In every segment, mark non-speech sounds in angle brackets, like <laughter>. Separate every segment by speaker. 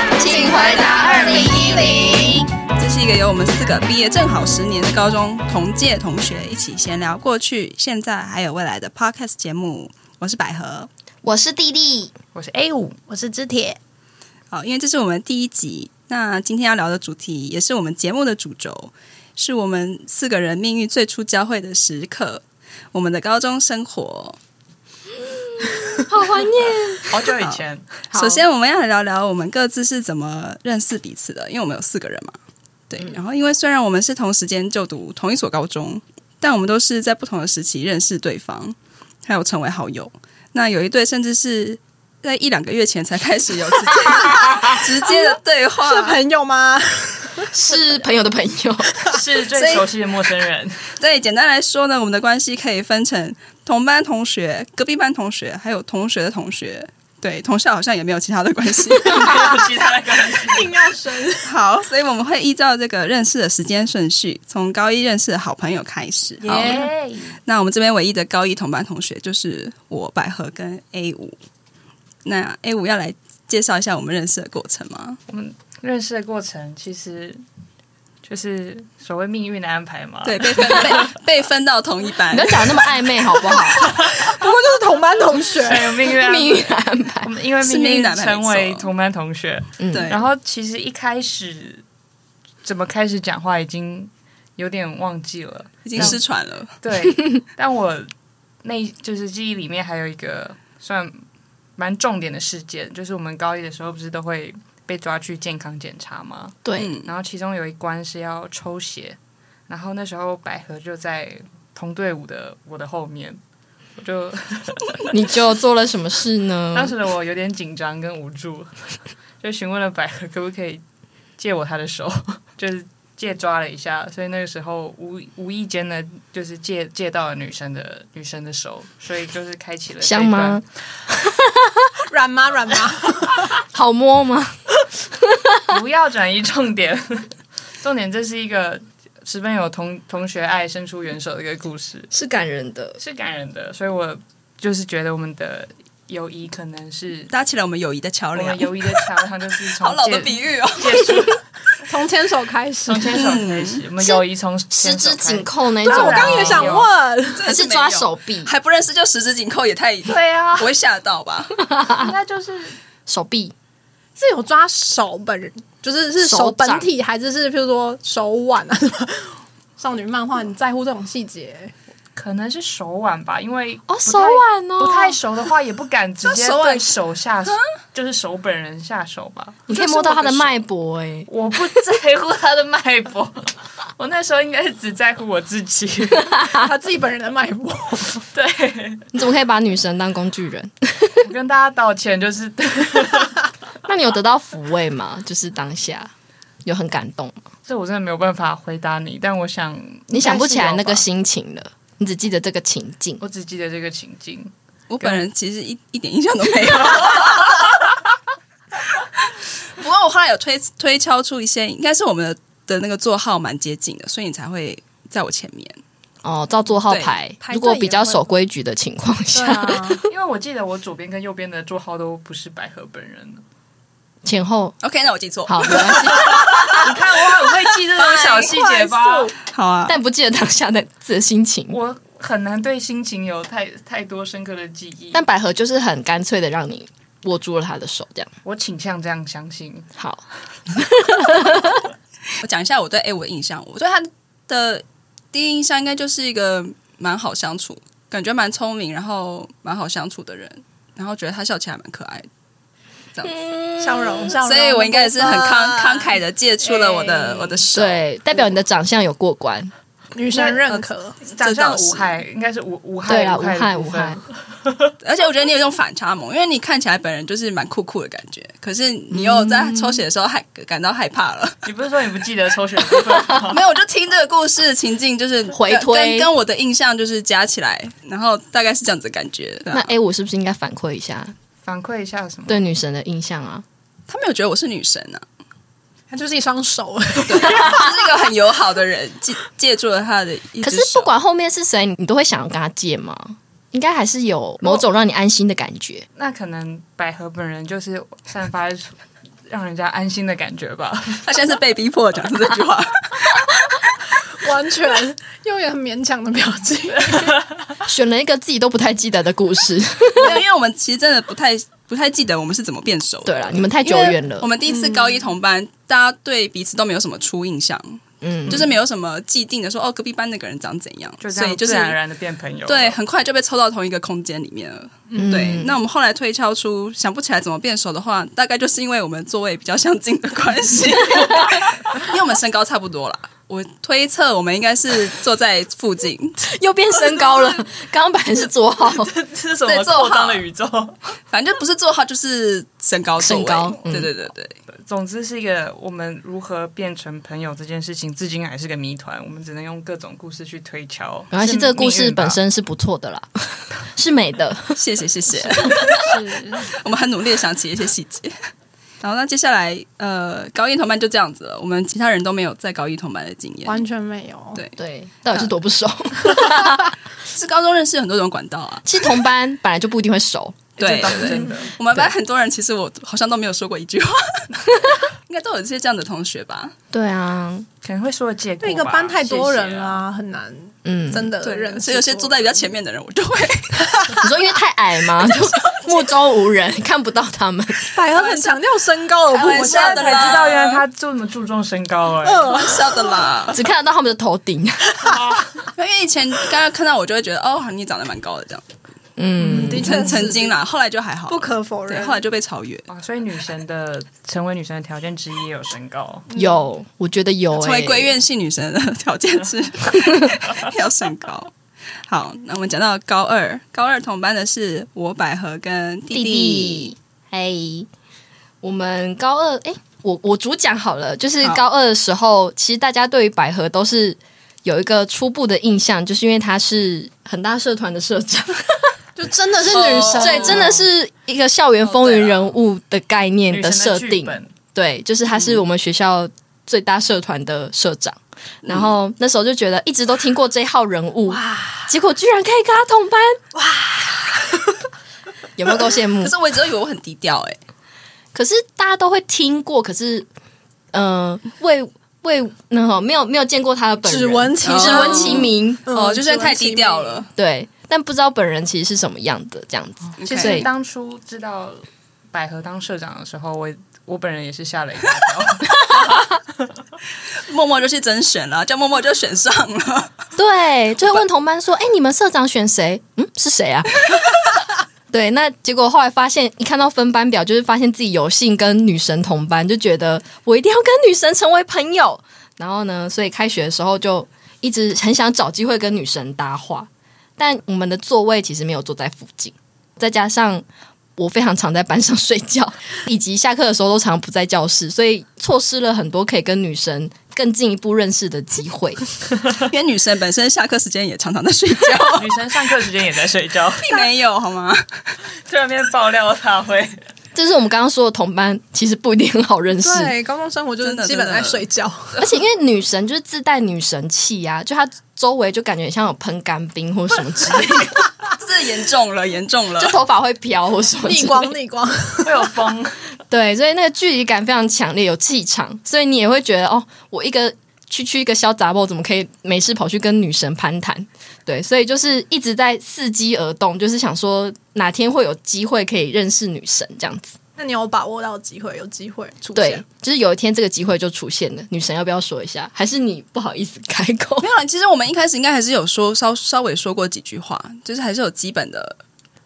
Speaker 1: 回到二零一零。
Speaker 2: 这是一个由我们四个毕业正好十年的高中同届同学一起闲聊过去、现在还有未来的 podcast 节目。我是百合，
Speaker 1: 我是弟弟，
Speaker 3: 我是 A 五，我是知铁。
Speaker 2: 好，因为这是我们第一集，那今天要聊的主题也是我们节目的主轴，是我们四个人命运最初交汇的时刻，我们的高中生活。
Speaker 1: 好怀念。
Speaker 3: 好久哦以前，
Speaker 1: 好
Speaker 2: 首先，我们要来聊聊我们各自是怎么认识彼此的，因为我们有四个人嘛。对，然后因为虽然我们是同时间就读同一所高中，但我们都是在不同的时期认识对方，还有成为好友。那有一对甚至是在一两个月前才开始有直接直接的对话，
Speaker 4: 朋友吗？
Speaker 1: 是朋友的朋友，
Speaker 3: <laughs> 是最熟悉的陌生人。 <laughs>
Speaker 2: 所以简单来说呢，我们的关系可以分成同班同学、隔壁班同学，还有同学的同学。对，同校好像也没有其他的关系。
Speaker 3: 没有其他的关系。
Speaker 4: 硬要生，
Speaker 2: 好，所以我们会依照这个认识的时间顺序，从高一认识的好朋友开始。好，那我们这边唯一的高一同班同学就是我百合跟 A 五。那 A 五要来介绍一下我们认识的过程吗？
Speaker 3: 我们认识的过程其实就是所谓命运的安排嘛。
Speaker 2: 对，，被分被被分到同一班
Speaker 1: 不要，讲得那么暧昧好
Speaker 2: <laughs>
Speaker 1: 不好？
Speaker 4: 不过就是同班同学。
Speaker 3: 还有命运安
Speaker 1: 命运的安排
Speaker 3: 我，们因为
Speaker 2: 是
Speaker 3: 命
Speaker 2: 命
Speaker 3: 运
Speaker 2: 运安排
Speaker 3: 成为
Speaker 2: 没错
Speaker 3: 同班同学，
Speaker 1: 嗯
Speaker 2: 对
Speaker 3: 然后其实一开始怎么开始讲话已经有点忘记了。
Speaker 2: 已经失传了。
Speaker 3: 对， <laughs> 但我那就是记忆里面还有一个算蛮重点的事件，就是我们高一的时候不是都会被抓去健康检查吗？
Speaker 1: 对，
Speaker 2: 嗯，
Speaker 3: 然后其中有一关是要抽血，然后那时候百合就在同队伍的我的后面，我就
Speaker 1: 嗯你就做了什么事呢
Speaker 3: 当时的我有点紧张跟无助， <laughs> 就询问了百合可不可以借我他的手， <laughs> 就是借抓了一下，所以那个时候无无意间呢，就是借借到了女生的女生的手，所以就是开启了这一
Speaker 1: 香吗
Speaker 3: 段？？
Speaker 4: 软吗？软吗？
Speaker 1: 好摸吗？
Speaker 3: <laughs> 不要转移重点， <laughs> 重点这是一个十分有同同学爱伸出援手的一个故事，
Speaker 1: 是感人的，
Speaker 3: 是感人的，所以我就是觉得我们的友谊可能是
Speaker 2: 搭起了我们友谊的桥
Speaker 3: 我
Speaker 2: 梁
Speaker 3: 们。友谊的桥梁，就是从
Speaker 2: 好老的
Speaker 3: 借
Speaker 2: 比喻哦，
Speaker 3: 借
Speaker 2: <laughs>
Speaker 3: 出
Speaker 4: 从牵手开始
Speaker 3: 从。牵手开始，我们友谊从
Speaker 1: 十
Speaker 3: 牵手
Speaker 1: 指
Speaker 3: 开始
Speaker 1: 紧。扣那
Speaker 4: 对
Speaker 1: 种
Speaker 4: 啊，
Speaker 1: 吗。
Speaker 4: 我刚刚也想问，
Speaker 2: 真的
Speaker 1: 还是
Speaker 2: 没有
Speaker 1: 抓手臂，
Speaker 2: 还不认识就十指紧扣，也太不
Speaker 3: 对
Speaker 2: <laughs>
Speaker 3: 啊，
Speaker 2: 会吓到吧？
Speaker 3: 应该就是
Speaker 1: 手臂
Speaker 4: 是有抓手本人，就是是手本体，还是是譬如说手腕啊 <laughs> 什么？少女漫画，你在乎这种
Speaker 2: <laughs>
Speaker 4: 细节？
Speaker 3: 可能是手腕吧，因为
Speaker 1: 哦，
Speaker 3: 不太
Speaker 1: 手腕哦，
Speaker 3: 不太熟的话，也不敢直接
Speaker 2: 那手腕
Speaker 3: 对手下，就是手本人下手吧。
Speaker 1: 你可以摸到他的脉搏哎。
Speaker 3: 我不在乎他的脉搏，我那时候应该是只在乎我自己。 <laughs>
Speaker 4: 他自己本人的脉搏，
Speaker 3: 对，
Speaker 1: 你怎么可以把女神当工具人？
Speaker 3: 我跟大家道歉，就是
Speaker 1: 那你有得到抚慰吗？就是当下有很感动吗？
Speaker 3: 这我真的没有办法回答你，但我想
Speaker 1: 你想不起来那个
Speaker 3: 应该是有吧
Speaker 1: 心情了，你只记得这个情境。
Speaker 3: 我只记得这个情
Speaker 1: <laughs>
Speaker 3: 境。
Speaker 2: 我本人其实一一点印象都没有。不过我后来有推推敲出一些，应该是我们的的那个座号蛮接近的，所以你才会在我前面。
Speaker 1: 哦，照座号
Speaker 2: 对
Speaker 1: 牌
Speaker 4: 排，队
Speaker 1: 如果
Speaker 4: 也
Speaker 1: 比较
Speaker 4: 会
Speaker 1: 守规矩的情况
Speaker 2: 啊
Speaker 1: 下，
Speaker 3: 因为我记得我左边跟右边的座号都不是百合本人，
Speaker 1: 前后
Speaker 2: OK，那我记错。
Speaker 1: 好，没关系，
Speaker 3: 你看我很会记这种小细节吧？
Speaker 2: <laughs> 好啊，
Speaker 1: 但不记得当下的自己的心情。
Speaker 3: 我很难对心情有太太多深刻的记忆，
Speaker 1: 但百合就是很干脆的让你握住了他的手，这样
Speaker 3: 我倾向这样相信。
Speaker 1: 好。
Speaker 2: 我讲一下我对 A 五的印象。我对他的第一印象应该就是一个蛮好相处，感觉蛮聪明，然后蛮好相处的人，然后觉得他笑起来蛮可爱的。这样子，
Speaker 4: <laughs> 笑容，笑
Speaker 2: 嗯
Speaker 4: 容。
Speaker 2: 所以我应该也是很
Speaker 4: <laughs>
Speaker 2: 慷慷慨的借出了我的、我的手。
Speaker 1: 对，代表你的长相有过关。
Speaker 4: 女生认可，
Speaker 2: 嗯
Speaker 3: 长相
Speaker 2: 倒是
Speaker 3: 无害，应该是无无害，
Speaker 1: 对啦，
Speaker 3: 无
Speaker 1: 无
Speaker 3: 害
Speaker 1: 害
Speaker 3: 的部
Speaker 1: 无
Speaker 3: 分
Speaker 1: 害。。
Speaker 2: 而且我觉得你有一种反差萌，因为你看起来本人就是蛮酷酷的感觉，可是你又
Speaker 1: 嗯
Speaker 2: 在抽血的时候害感到害怕了。 <laughs>
Speaker 3: 你不是说你不记得抽血的部分
Speaker 1: <laughs>
Speaker 3: 吗
Speaker 2: 没有，我就听这个故事的情境，就是
Speaker 1: 回推
Speaker 2: 跟跟跟我的印象就是加起来，然后大概是这样子的感觉。对啊
Speaker 1: 那 A 五是不是应该反馈一下
Speaker 3: 反馈一下什么？
Speaker 1: 对女神的印象啊？
Speaker 2: 他没有觉得我是女神啊，
Speaker 4: 她就是一双
Speaker 2: <laughs>
Speaker 4: 手。
Speaker 2: 就是一个很友好的人，借借助了他的一
Speaker 1: 可
Speaker 2: 只
Speaker 1: 是不
Speaker 2: 手。
Speaker 1: 管后面是谁，你你都会想要跟他借吗？应该还是
Speaker 3: <laughs>
Speaker 1: 有某种让你安心的感觉。
Speaker 3: 那可能百合本人就是散发出让人家安心的感觉吧。
Speaker 2: 他现在是被逼迫讲出这句话，
Speaker 4: 完全用一个很勉强的表情。
Speaker 1: 选了一个自己都不太记得的故事。
Speaker 2: <laughs> 没有因为我们其实真的不太不太记得我们是怎么变熟的。
Speaker 1: 对了，你们太久远了
Speaker 2: 我。们第一次高一同班，大家对彼此都没有什么初印象，
Speaker 1: 嗯，
Speaker 2: 就是没有什么既定的说哦，隔壁班那个人长怎样，
Speaker 3: 就这
Speaker 2: 所以
Speaker 3: 样
Speaker 2: 就是
Speaker 3: 自然而然的变朋友了。
Speaker 2: 对，很快就被抽到同一个空间里面了。
Speaker 1: 嗯
Speaker 2: 对，那我们后来推敲出想不起来怎么变熟的话，大概就是因为我们座位比较相近的关系， <laughs> 因为我们身高差不多啦。我推测我们应该是坐在附近，
Speaker 1: 又变身高了，刚刚本来是左号，
Speaker 3: 这是什
Speaker 2: 对
Speaker 3: 么
Speaker 2: 做好
Speaker 3: 扩张的宇宙？
Speaker 2: 反正不是座号就是身高座位
Speaker 1: 身高嗯
Speaker 2: 对对对对，
Speaker 3: <laughs> 总之是一个我们如何变成朋友这件事情，至今还是个谜团。我们只能用各种故事去推敲。
Speaker 1: 没关系，
Speaker 3: 是
Speaker 1: 这个故
Speaker 3: 命
Speaker 1: 事
Speaker 3: 运吧
Speaker 1: 本身是不错的啦，是美的。
Speaker 2: 谢谢谢谢，
Speaker 4: 是
Speaker 2: <laughs> 我们很努力的想起一些细节。然后那接下来，呃，高一同班就这样子了，我们其他人都没有在高一同班的经验，
Speaker 4: 完全没有。
Speaker 2: 对
Speaker 1: 对，到底是多不熟？
Speaker 2: 是高中认识很多种管道啊，
Speaker 1: <laughs> 其实同班本来就不一定会熟，
Speaker 2: 对
Speaker 3: 这倒
Speaker 2: 对
Speaker 3: 是
Speaker 2: 对。
Speaker 3: 真的。
Speaker 2: 我们班很多人，其实我好像都没有说过一句
Speaker 4: <laughs>
Speaker 2: 话，应该都有一些这样的同学吧？
Speaker 1: 对啊，
Speaker 3: 可能会说借过吧
Speaker 4: 对一个班太多人了、
Speaker 3: 谢谢啊
Speaker 4: 很难
Speaker 1: 嗯，
Speaker 4: 真的认
Speaker 2: 对，
Speaker 4: 识。
Speaker 2: 所以有些坐在比较前面的人，我就会
Speaker 1: 你说因为太矮吗？就目中无人，看不到他们。
Speaker 4: 百合很强调身高的部
Speaker 2: 开
Speaker 4: 分，
Speaker 2: 玩
Speaker 4: 我
Speaker 2: 笑
Speaker 4: 现
Speaker 2: 的
Speaker 4: 在
Speaker 3: 才知道，原来他这么注重身高哎、
Speaker 2: 玩笑的啦。
Speaker 1: 只看得到他们的头顶。
Speaker 2: 因为以前刚刚看到我就会觉得，哦，你长得蛮高的这样。
Speaker 1: 嗯，
Speaker 4: 的确
Speaker 2: 曾
Speaker 4: 是
Speaker 2: 曾经啦，后来就还好，
Speaker 4: 不可否
Speaker 2: 对，
Speaker 4: 认。
Speaker 2: 后来就被超越，
Speaker 3: 啊，所以女神的成为女神的条件之一也有身高，
Speaker 1: 有，我觉得有、欸。
Speaker 2: 成为闺院系女神的条件 <laughs> 是要身高。好，那我们讲到高二，高二同班的是我百合跟弟
Speaker 1: 弟弟，嘿，我们高二，哎、我我主讲好了，就是
Speaker 2: 好
Speaker 1: 高二的时候，其实大家对于百合都是有一个初步的印象，就是因为她是很大社团的社长，
Speaker 4: 就真的是女神，啊
Speaker 1: 对，真的是一个校园风云人物的概念
Speaker 3: 女神
Speaker 1: 设
Speaker 3: 剧
Speaker 1: 定，
Speaker 3: 本
Speaker 1: 对，就是她是我们学校最大社团的社长。然后那时候就觉得一直都听过这号人物，结果居然可以跟他同班，哇！ <laughs> 有没有够羡慕
Speaker 2: 可？是我一直都以为我很低调哎、
Speaker 1: 可是大家都会听过，可是，嗯、为为那哈没有没有见过他的本人，哦
Speaker 4: 只闻其
Speaker 1: 只
Speaker 4: 声
Speaker 1: 闻其名，
Speaker 4: 嗯
Speaker 2: 哦，就是因为太
Speaker 4: 只闻其
Speaker 2: 低调
Speaker 4: 名
Speaker 2: 了。
Speaker 1: 对，但不知道本人其实是什么样的这样子。
Speaker 3: 其
Speaker 2: OK
Speaker 3: 实当初知道百合当社长的时候，我我本人也是吓了一大 <laughs> 跳。
Speaker 2: 默默就去甄选了，叫默默就选上 <laughs> 了。
Speaker 1: <laughs> 对，就会问同班说：“哎、你们社长选谁？嗯，是谁啊？” <laughs> 对，那结果后来发现，一看到分班表，就是发现自己有幸跟女神同班，就觉得我一定要跟女神成为朋友。然后呢，所以开学的时候就一直很想找机会跟女神搭话，但我们的座位其实没有坐在附近，再加上我非常常在班上睡觉， <laughs> 以及下课的时候都常不在教室，所以错失了很多可以跟女神更进一步认识的机会。
Speaker 2: 因为女生本身下课时间也常常在睡 <laughs> 觉，
Speaker 3: 女神上课时间也在睡觉，
Speaker 2: 并没有好吗？
Speaker 3: <laughs> 突然间爆料她会，
Speaker 1: 这是我们刚刚说的同班，其实不一定很好认识，
Speaker 4: 对，高中生活就是
Speaker 2: 真的
Speaker 4: 基本
Speaker 2: 真的
Speaker 4: 在睡觉，
Speaker 1: <laughs> 而且因为女神就是自带女神气呀、就她周围就感觉像有喷干冰或什么之类
Speaker 4: <laughs>
Speaker 1: 的，
Speaker 2: 这严重了，严重了
Speaker 1: 就。头发会飘或什么之类
Speaker 4: <laughs> 逆
Speaker 2: <laughs>
Speaker 1: 的
Speaker 4: 光逆光，
Speaker 3: 会有风， <laughs>
Speaker 1: 对，所以那个距离感非常强烈，有气场，所以你也会觉得哦，我一个区区一个小杂包，怎么可以没事跑去跟女神攀谈？对，所以就是一直在伺机而动，就是想说哪天会有机会可以认识女神这样子。
Speaker 4: 那你有把握到机会，有机会出
Speaker 1: 对
Speaker 4: 现。，
Speaker 1: 就是有一天这个机会就出现了，女神要不要说一下？还是你不好意思开口？
Speaker 2: 没有啦，其实我们一开始应该还是有说稍稍微说过几句话，就是还是有基本的。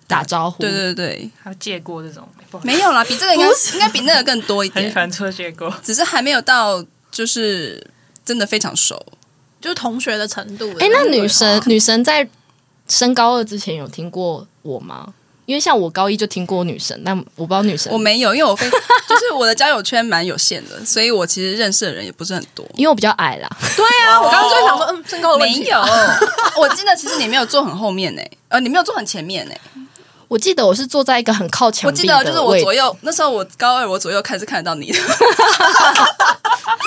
Speaker 1: 打招呼。
Speaker 2: 对对对，
Speaker 3: 她借过这种，不好意思
Speaker 2: 没有啦，比这个应该应该比那个更多一
Speaker 3: 很喜
Speaker 2: 点，
Speaker 3: 欢做借过。
Speaker 2: 只是还没有到就是真的非常熟。
Speaker 4: 就是同学的程度。
Speaker 1: 哎、那
Speaker 4: 对哦话
Speaker 1: 女神
Speaker 2: 啊
Speaker 1: 女神在升高二之前有听过我吗？因为像我高一就听过女神，但我不知道女神
Speaker 2: 我，没有，因为我非 <laughs> 就是我的交友圈蛮有限的，所以我其实认识的人也不是很多。
Speaker 1: 因为我比较矮啦。
Speaker 4: 对啊，我刚刚就在想说，嗯，身高的问
Speaker 2: 哦没
Speaker 4: 题
Speaker 2: 有， <laughs> 我记得其实你没有坐很后面呢、呃，你没有坐很前面呢、
Speaker 1: 我记得我是坐在一个很靠墙
Speaker 2: 我
Speaker 1: 壁
Speaker 2: 记
Speaker 1: 的
Speaker 2: 得就是我
Speaker 1: 位置
Speaker 2: 左右那时候我高二，我左右看是看得到你的， <laughs>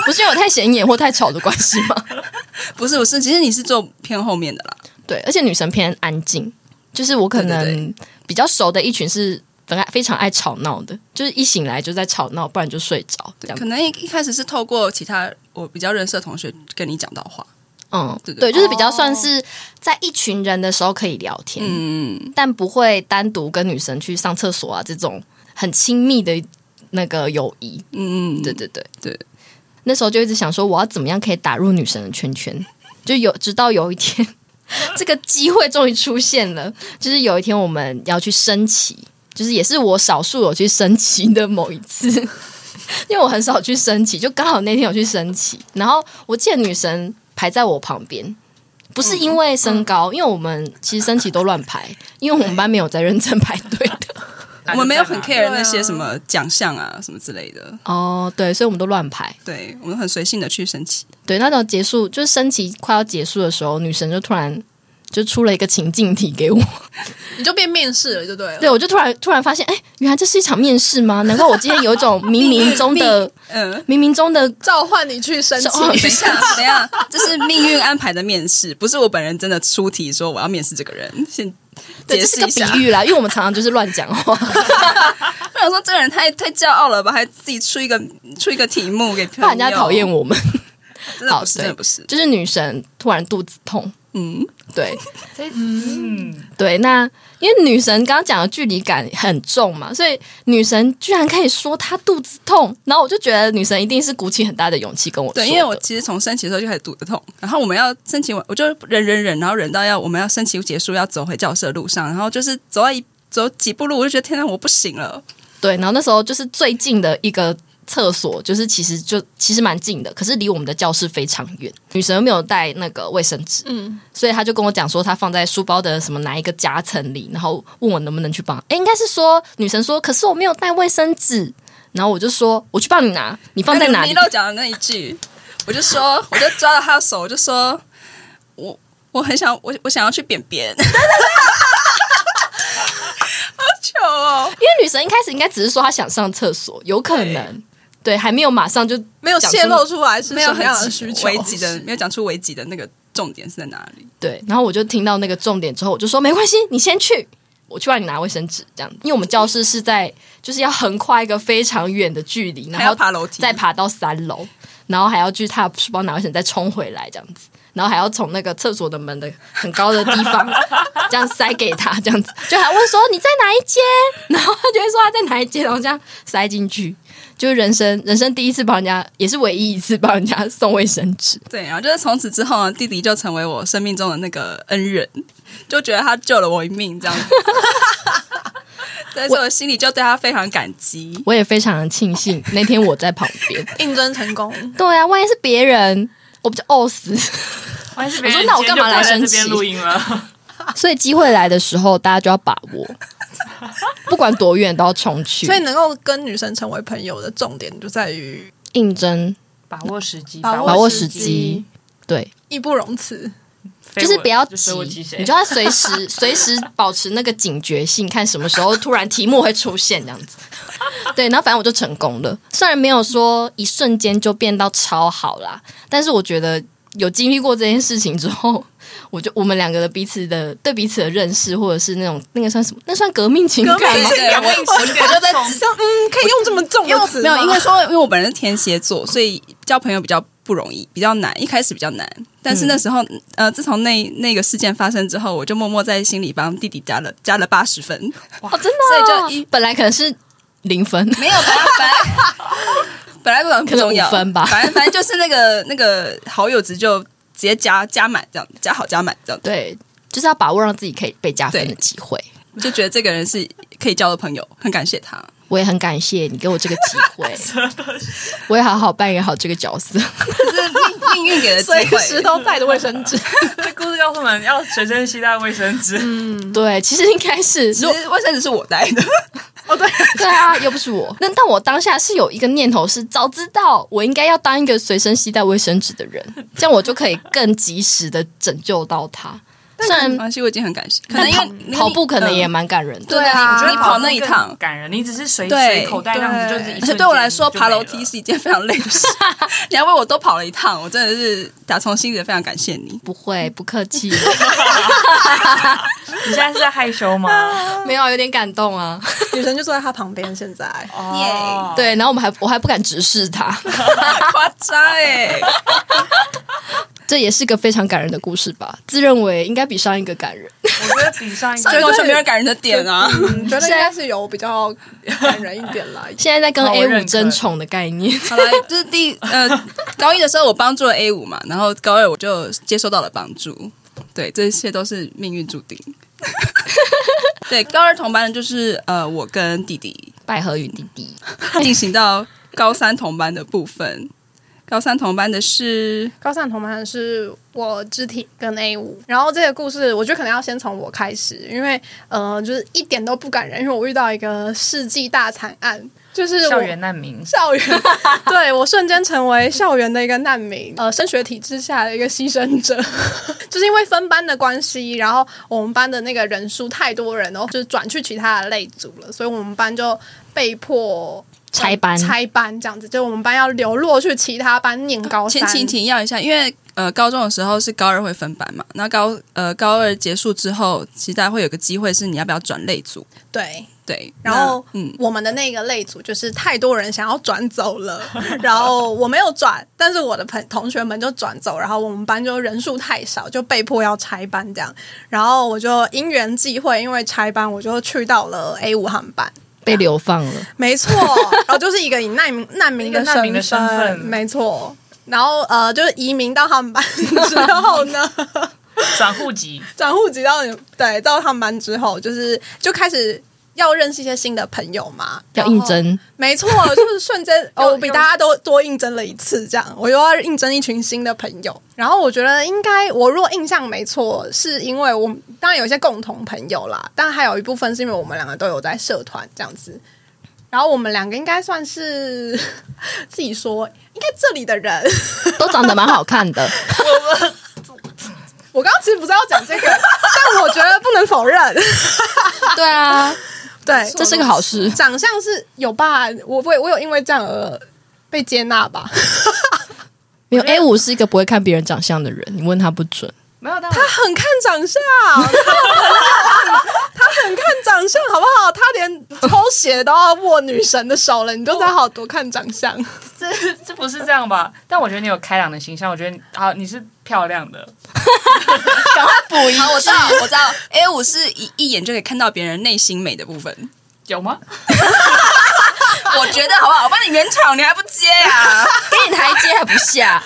Speaker 1: 不是因为我太显眼或太吵的关系吗？ <laughs>
Speaker 2: 不是不是，其实你是坐偏后面的啦。
Speaker 1: 对，而且女神偏安静，就是我可
Speaker 2: 对对
Speaker 1: 能比较熟的一群是本来非常爱吵闹的，就是一醒来就在吵闹，不然就睡着这
Speaker 2: 对，
Speaker 1: 样
Speaker 2: 可。能一一开始是透过其他我比较认识的同学跟你讲到话，
Speaker 1: 嗯，
Speaker 2: 对哦
Speaker 1: 对，就是比较算是在一群人的时候可以聊天，
Speaker 2: 嗯，
Speaker 1: 但不会单独跟女生去上厕所啊这种很亲密的那个友谊。
Speaker 2: 嗯，
Speaker 1: 对对对
Speaker 2: 对。
Speaker 1: 那时候就一直想说，我要怎么样可以打入女神的圈圈？就有，直到有一天，这个机会终于出现了。就是有一天我们要去升旗，就是也是我少数有去升旗的某一次， <laughs> 因为我很少去升旗，就刚好那天有去升旗。然后我记得女神排在我旁边，不是因为身高，因为我们其实升旗都乱排，因为我们班没有在认真排队的。
Speaker 2: 我们没有很 care
Speaker 4: 对啊
Speaker 2: 那些什么奖项啊什么之类的，
Speaker 1: 哦，对，所以我们都乱排。
Speaker 2: 对我们很随性的去升旗，
Speaker 1: 对，那到结束就是升旗快要结束的时候，女神就突然就出了一个情境题
Speaker 2: <laughs>
Speaker 1: 给我，
Speaker 4: 你就变面试了，就对了。
Speaker 1: 对我就突然突然发现，哎，原来这是一场面试吗？难怪我今天有一种冥冥中
Speaker 2: <laughs>
Speaker 1: 的
Speaker 2: 嗯。
Speaker 1: 冥冥中的
Speaker 4: 召唤你去申
Speaker 1: 哦
Speaker 4: 请，
Speaker 2: 等一下，等一下，这是命运安排的面试，不是我本人真的出题说我要面试这个人。先
Speaker 1: 对，
Speaker 2: 解
Speaker 1: 这是
Speaker 2: 释
Speaker 1: 个
Speaker 2: 一下，
Speaker 1: 比喻啦，因为我们常常就是乱讲话。
Speaker 2: <laughs> 我想说这个人太太骄傲了吧，还自己出一个出一个题目给朋友
Speaker 1: 怕人家讨厌，我们。
Speaker 2: 真的
Speaker 1: 好
Speaker 2: 不是，
Speaker 1: 对
Speaker 2: 真的不是。
Speaker 1: 就是女神突然肚子痛，
Speaker 2: 嗯， <laughs>
Speaker 1: 对
Speaker 3: 嗯，
Speaker 1: 对，那因为女神刚刚讲的距离感很重嘛，所以女神居然可以说她肚子痛，然后我就觉得女神一定是鼓起很大的勇气跟我说
Speaker 2: 对，因为我
Speaker 1: 的
Speaker 2: 其实从升旗的时候就开始肚子痛，然后我们要升旗完，我就忍忍忍，然后忍到要我们要升旗结束要走回教室的路上，然后就是走到一走几步路，我就觉得天哪，我不行了。
Speaker 1: 对，然后那时候就是最近的一个厕所，就是其实就其实蛮近的，可是离我们的教室非常远。女神又没有带那个卫生纸，
Speaker 4: 嗯，
Speaker 1: 所以她就跟我讲说，她放在书包的什么哪一个夹层里，然后问我能不能去帮。哎，应该是说女神说，可是我没有带卫生纸，然后我就说我去帮你拿，你放在
Speaker 2: <laughs>
Speaker 1: 哪
Speaker 2: 你
Speaker 1: 里？
Speaker 2: 漏讲的那一句， <laughs> 我就说，我就抓到他的手，我就说，我我很想我我想要去便便，好糗哦！
Speaker 1: 因为女神一开始应该只是说她想上厕所，有可能对，还没有马上就
Speaker 4: 没有泄露出来是
Speaker 2: 没有
Speaker 4: 什么
Speaker 2: 很
Speaker 4: 样的需求，
Speaker 2: 危急的，没有讲出危急的那个重点是在哪里。
Speaker 1: 对，然后我就听到那个重点之后，我就说没关系，你先去，我去帮你拿卫生纸，这样，因为我们教室是在就是要横跨一个非常远的距离，
Speaker 2: 还
Speaker 1: 然
Speaker 2: 要
Speaker 1: 后
Speaker 2: 爬楼梯，
Speaker 1: 再爬到三楼，然后还要去他的书包拿卫生纸再冲回来这样子，然后还要从那个厕所的门的很高的地方 <laughs> 这样塞给他，这样子就还问说你在哪一间， <laughs> 然后他就会说他在哪一间，然后这样塞进去，就是人生人生第一次帮人家，也是唯一一次帮人家送卫生纸。
Speaker 2: 对，然后就是从此之后呢，弟弟就成为我生命中的那个恩人，就觉得他救了我一命，
Speaker 1: <laughs>
Speaker 2: 这样子。对所以我心里就对他非常感激。
Speaker 1: 我也非常的庆幸那天我在旁边。
Speaker 4: 应征成功。
Speaker 1: 对啊，万一是别人，我不就呕
Speaker 4: <laughs>
Speaker 1: 死？
Speaker 3: 我说
Speaker 1: 我说那我干嘛来生气
Speaker 3: 这边录音了，
Speaker 1: 所以机会来的时候，大家就要把
Speaker 4: <laughs>
Speaker 1: 握，不管多远都要冲去。
Speaker 4: 所以能够跟女生成为朋友的重点就在于
Speaker 1: 应征
Speaker 3: 把握时机，
Speaker 4: 把握
Speaker 1: 把握时
Speaker 4: 时
Speaker 1: 机
Speaker 4: 机，
Speaker 1: 对，
Speaker 4: 义不容辞。
Speaker 3: 非
Speaker 1: 就是
Speaker 3: 我
Speaker 1: 不要
Speaker 3: 就
Speaker 1: 急
Speaker 3: 随我急，谁
Speaker 1: 你就要随时随时保持那个警觉性，看什么时候突然题目会出现这样子。对，然后反正我就成功了，虽然没有说一瞬间就变到超好啦，但是我觉得有经历过这件事情之后，我就我们两个的彼此的对彼此的认识，或者是那种那个算什么？那算革命情感
Speaker 2: 对
Speaker 1: 吗？
Speaker 2: 对，我
Speaker 3: <laughs> 我就在
Speaker 4: 这样嗯，可以用这么重的词
Speaker 2: 没
Speaker 4: 吗
Speaker 2: 有，应该说，因为我本人是天蝎座，所以交朋友比较不容易，比较难，一开始比较难。但是那时候，呃，自从那那个事件发生之后，我就默默在心里帮弟弟加了加了八十分， <laughs>
Speaker 1: 哦，真的
Speaker 2: 所
Speaker 1: 哦、
Speaker 2: 以就一
Speaker 1: 本来可能是零分，
Speaker 2: 没有，本来本来本来不管不重要，
Speaker 1: 可能五分吧
Speaker 2: 反正反正就是那个那个好友值就直接加加满这样，加好加满这样，
Speaker 1: 对，就是要把握让自己可以被加分
Speaker 2: 对
Speaker 1: 的机会。
Speaker 2: 就觉得这个人是可以交的朋友，很感谢他。
Speaker 1: 我也很感谢你给我这个机会，我也好好扮演好这个角色。
Speaker 2: 可是命命运给的机
Speaker 4: 随时
Speaker 2: <laughs> 会，
Speaker 4: 都带着卫生纸，
Speaker 3: 这故事告诉我们要随身携带卫生纸，
Speaker 1: <laughs> 对，其实应该是，
Speaker 2: 其实卫生纸是我带的，
Speaker 1: 对啊，又不是我。 <laughs> 那但我当下是有一个念头是，早知道我应该要当一个随身携带卫生纸的人，这样我就可以更及时的拯救到他。虽
Speaker 2: <laughs>
Speaker 1: 然
Speaker 2: 没关系，啊我已经很感谢。可能
Speaker 1: 嗯但
Speaker 2: 因
Speaker 1: 跑
Speaker 2: 为你
Speaker 1: 跑步可能也
Speaker 2: 嗯
Speaker 1: 蛮感人的。
Speaker 4: 对啊
Speaker 3: 我觉得
Speaker 2: 你跑那
Speaker 3: 步
Speaker 2: 一
Speaker 3: 更
Speaker 2: 趟
Speaker 3: 感人，你只是随
Speaker 2: 对
Speaker 3: 随口袋这样子，就是一
Speaker 2: 而且
Speaker 3: 瞬
Speaker 2: 对我
Speaker 3: 间
Speaker 2: 来说，
Speaker 3: 就
Speaker 2: 爬
Speaker 3: 没
Speaker 2: 楼
Speaker 3: 了
Speaker 2: 梯是一件非常累的
Speaker 3: <laughs>
Speaker 2: 事。你还为我多跑了一趟，我真的是打从心底的非常感谢
Speaker 3: <laughs>
Speaker 2: 你。
Speaker 1: 不会，不客气，
Speaker 3: 你现在是在害羞吗？
Speaker 1: 没有，有点感动啊。
Speaker 4: 女生就坐在他旁边，现在
Speaker 3: 哦，
Speaker 1: 对，然后我们还我还不敢直视他，
Speaker 2: 夸张
Speaker 3: <laughs>
Speaker 2: 哎，
Speaker 1: 这也是个非常感人的故事吧？自认为应该比上一个感人。
Speaker 3: 我觉得比上一
Speaker 2: 这
Speaker 3: 个
Speaker 2: 完全没有感人的点啊！
Speaker 4: 嗯，觉得应该是有比较感人一点啦。
Speaker 1: 现在在跟
Speaker 3: 好我
Speaker 1: A
Speaker 3: 认
Speaker 1: 五
Speaker 3: 可
Speaker 1: 争宠的概 <laughs> 念，
Speaker 2: 好了，就是第呃高一的时候，我帮助了 A 五嘛，然后高二我就接收到了帮助。对，这些都是命运注
Speaker 3: <laughs>
Speaker 2: 定。对，高二同班的就是呃我跟弟弟
Speaker 1: 百合与弟弟，
Speaker 2: 进行到高三同班的部分。高三同班的是
Speaker 4: 高三同班是我肢体跟 A 五，然后这个故事我觉得可能要先从我开始，因为呃，就是一点都不感人，因为我遇到一个世纪大惨案，就是我
Speaker 3: 校园难民，
Speaker 4: 校园， <laughs> 对我瞬间成为校园的一个难民，呃，升学体制下的一个牺牲者， <laughs> 就是因为分班的关系，然后我们班的那个人数太多人，然后就是转去其他的类组了，所以我们班就被迫呃
Speaker 1: 拆班
Speaker 4: 拆班这样子，就我们班要流落去其他班念高三
Speaker 2: 先。请请要一下，因为呃，高中的时候是高二会分班嘛，那高呃高二结束之后，其实大家会有个机会是你要不要转类组？
Speaker 4: 对，
Speaker 2: 对，
Speaker 4: 然后
Speaker 2: 那嗯，
Speaker 4: 我们的那个类组就是太多人想要转走了， <laughs> 然后我没有转，但是我的朋同学们就转走，然后我们班就人数太少，就被迫要拆班这样。然后我就因缘际会，因为拆班，我就去到了 A 五航班。
Speaker 1: 被流放了。
Speaker 4: 没
Speaker 3: <laughs>
Speaker 4: 错，然后就是一个以难民难民的
Speaker 3: 一个难民的身份
Speaker 4: 没错。然后呃，就是移民到航班之后呢， <laughs>
Speaker 3: 转户籍，
Speaker 4: 转户籍到你对到航班之后，就是就开始要认识一些新的朋友嘛，
Speaker 1: 要
Speaker 4: 然后
Speaker 1: 应 <laughs> 征，
Speaker 4: 没错，就是瞬
Speaker 1: <laughs>
Speaker 4: 间
Speaker 3: 又
Speaker 4: 哦，我比大家都多应征了一次，这样我又要应征一群新的朋友。然后我觉得应该，我如果印象没错，是因为我们当然有一些共同朋友啦，但还有一部分是因为我们两个都有在社团这样子。然后我们两个应该算是 <laughs> 自己说，应该这里的人。
Speaker 1: 都长得蛮好看 <laughs> 的。
Speaker 4: 我刚刚其实不知道要讲这
Speaker 1: <laughs>
Speaker 4: 个，但我觉得不能否认，
Speaker 1: 对啊，
Speaker 4: 对，
Speaker 1: 这是个好事。
Speaker 4: 长相是有吧？我我我有因为这样而被接纳吧？
Speaker 1: 没有 A 五是一个不会看别人长相的人，你问他不准。
Speaker 3: 没有，但我
Speaker 4: 他很看长相，他很他很看长相，好不好？他连抽血都要握女神的手了，你就知道他好多看长相。
Speaker 3: 这 <laughs> 这不是这样吧？但我觉得你有开朗的形象，我觉得啊，你是漂亮的，
Speaker 2: 好，我知道，哎我知 <laughs> 道，A 五是一一眼就可以看到别人内心美的部分。
Speaker 3: 有
Speaker 4: <laughs>
Speaker 3: 吗？
Speaker 2: <laughs> 我觉得好不好？我帮你圆场，你还不接啊？
Speaker 1: 给你台阶还不下，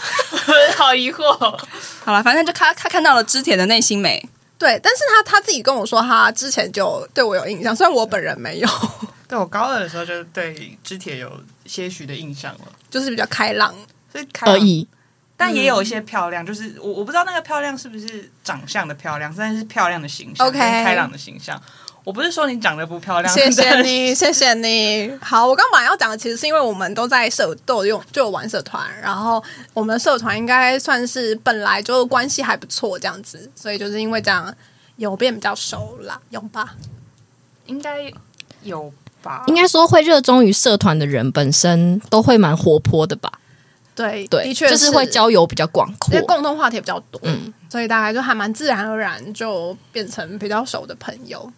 Speaker 3: 好疑
Speaker 4: 哦
Speaker 3: 惑，
Speaker 2: <laughs> 好了，反正就他他看到了织铁的内心美，
Speaker 4: 对，但是他他自己跟我说，他之前就对我有印象，虽然我本人没有，
Speaker 3: <laughs>
Speaker 4: <laughs>
Speaker 3: 对我高二的时候就对肢体有些许的印象了，
Speaker 4: 就是比较开朗。
Speaker 3: 所以开
Speaker 1: <laughs>
Speaker 3: 朗
Speaker 1: 而，已。
Speaker 3: 但也
Speaker 4: 嗯
Speaker 3: 有一些漂亮，就是我我不知道那个漂亮是不是长相的漂亮，但是漂亮的形象
Speaker 4: OK
Speaker 3: 跟开朗的形象。我不是说你长得不漂亮，
Speaker 4: 谢谢
Speaker 3: 但是
Speaker 4: 你，谢谢你。好，我刚本来要讲的，其实是因为我们都在社都有用就有玩社团，然后我们的社团应该算是本来就关系还不错这样子，所以就是因为这样有变比较熟啦，有吧？
Speaker 3: 应该有吧？
Speaker 1: 应该说会热衷于社团的人本身都会蛮活泼的吧？
Speaker 4: 对，
Speaker 1: 对，
Speaker 4: 的确
Speaker 1: 就是会，交友比较广阔
Speaker 4: 因为。共同话题比较多，
Speaker 1: 嗯
Speaker 4: 所以大概就还蛮自然而然就变成比较熟的朋友。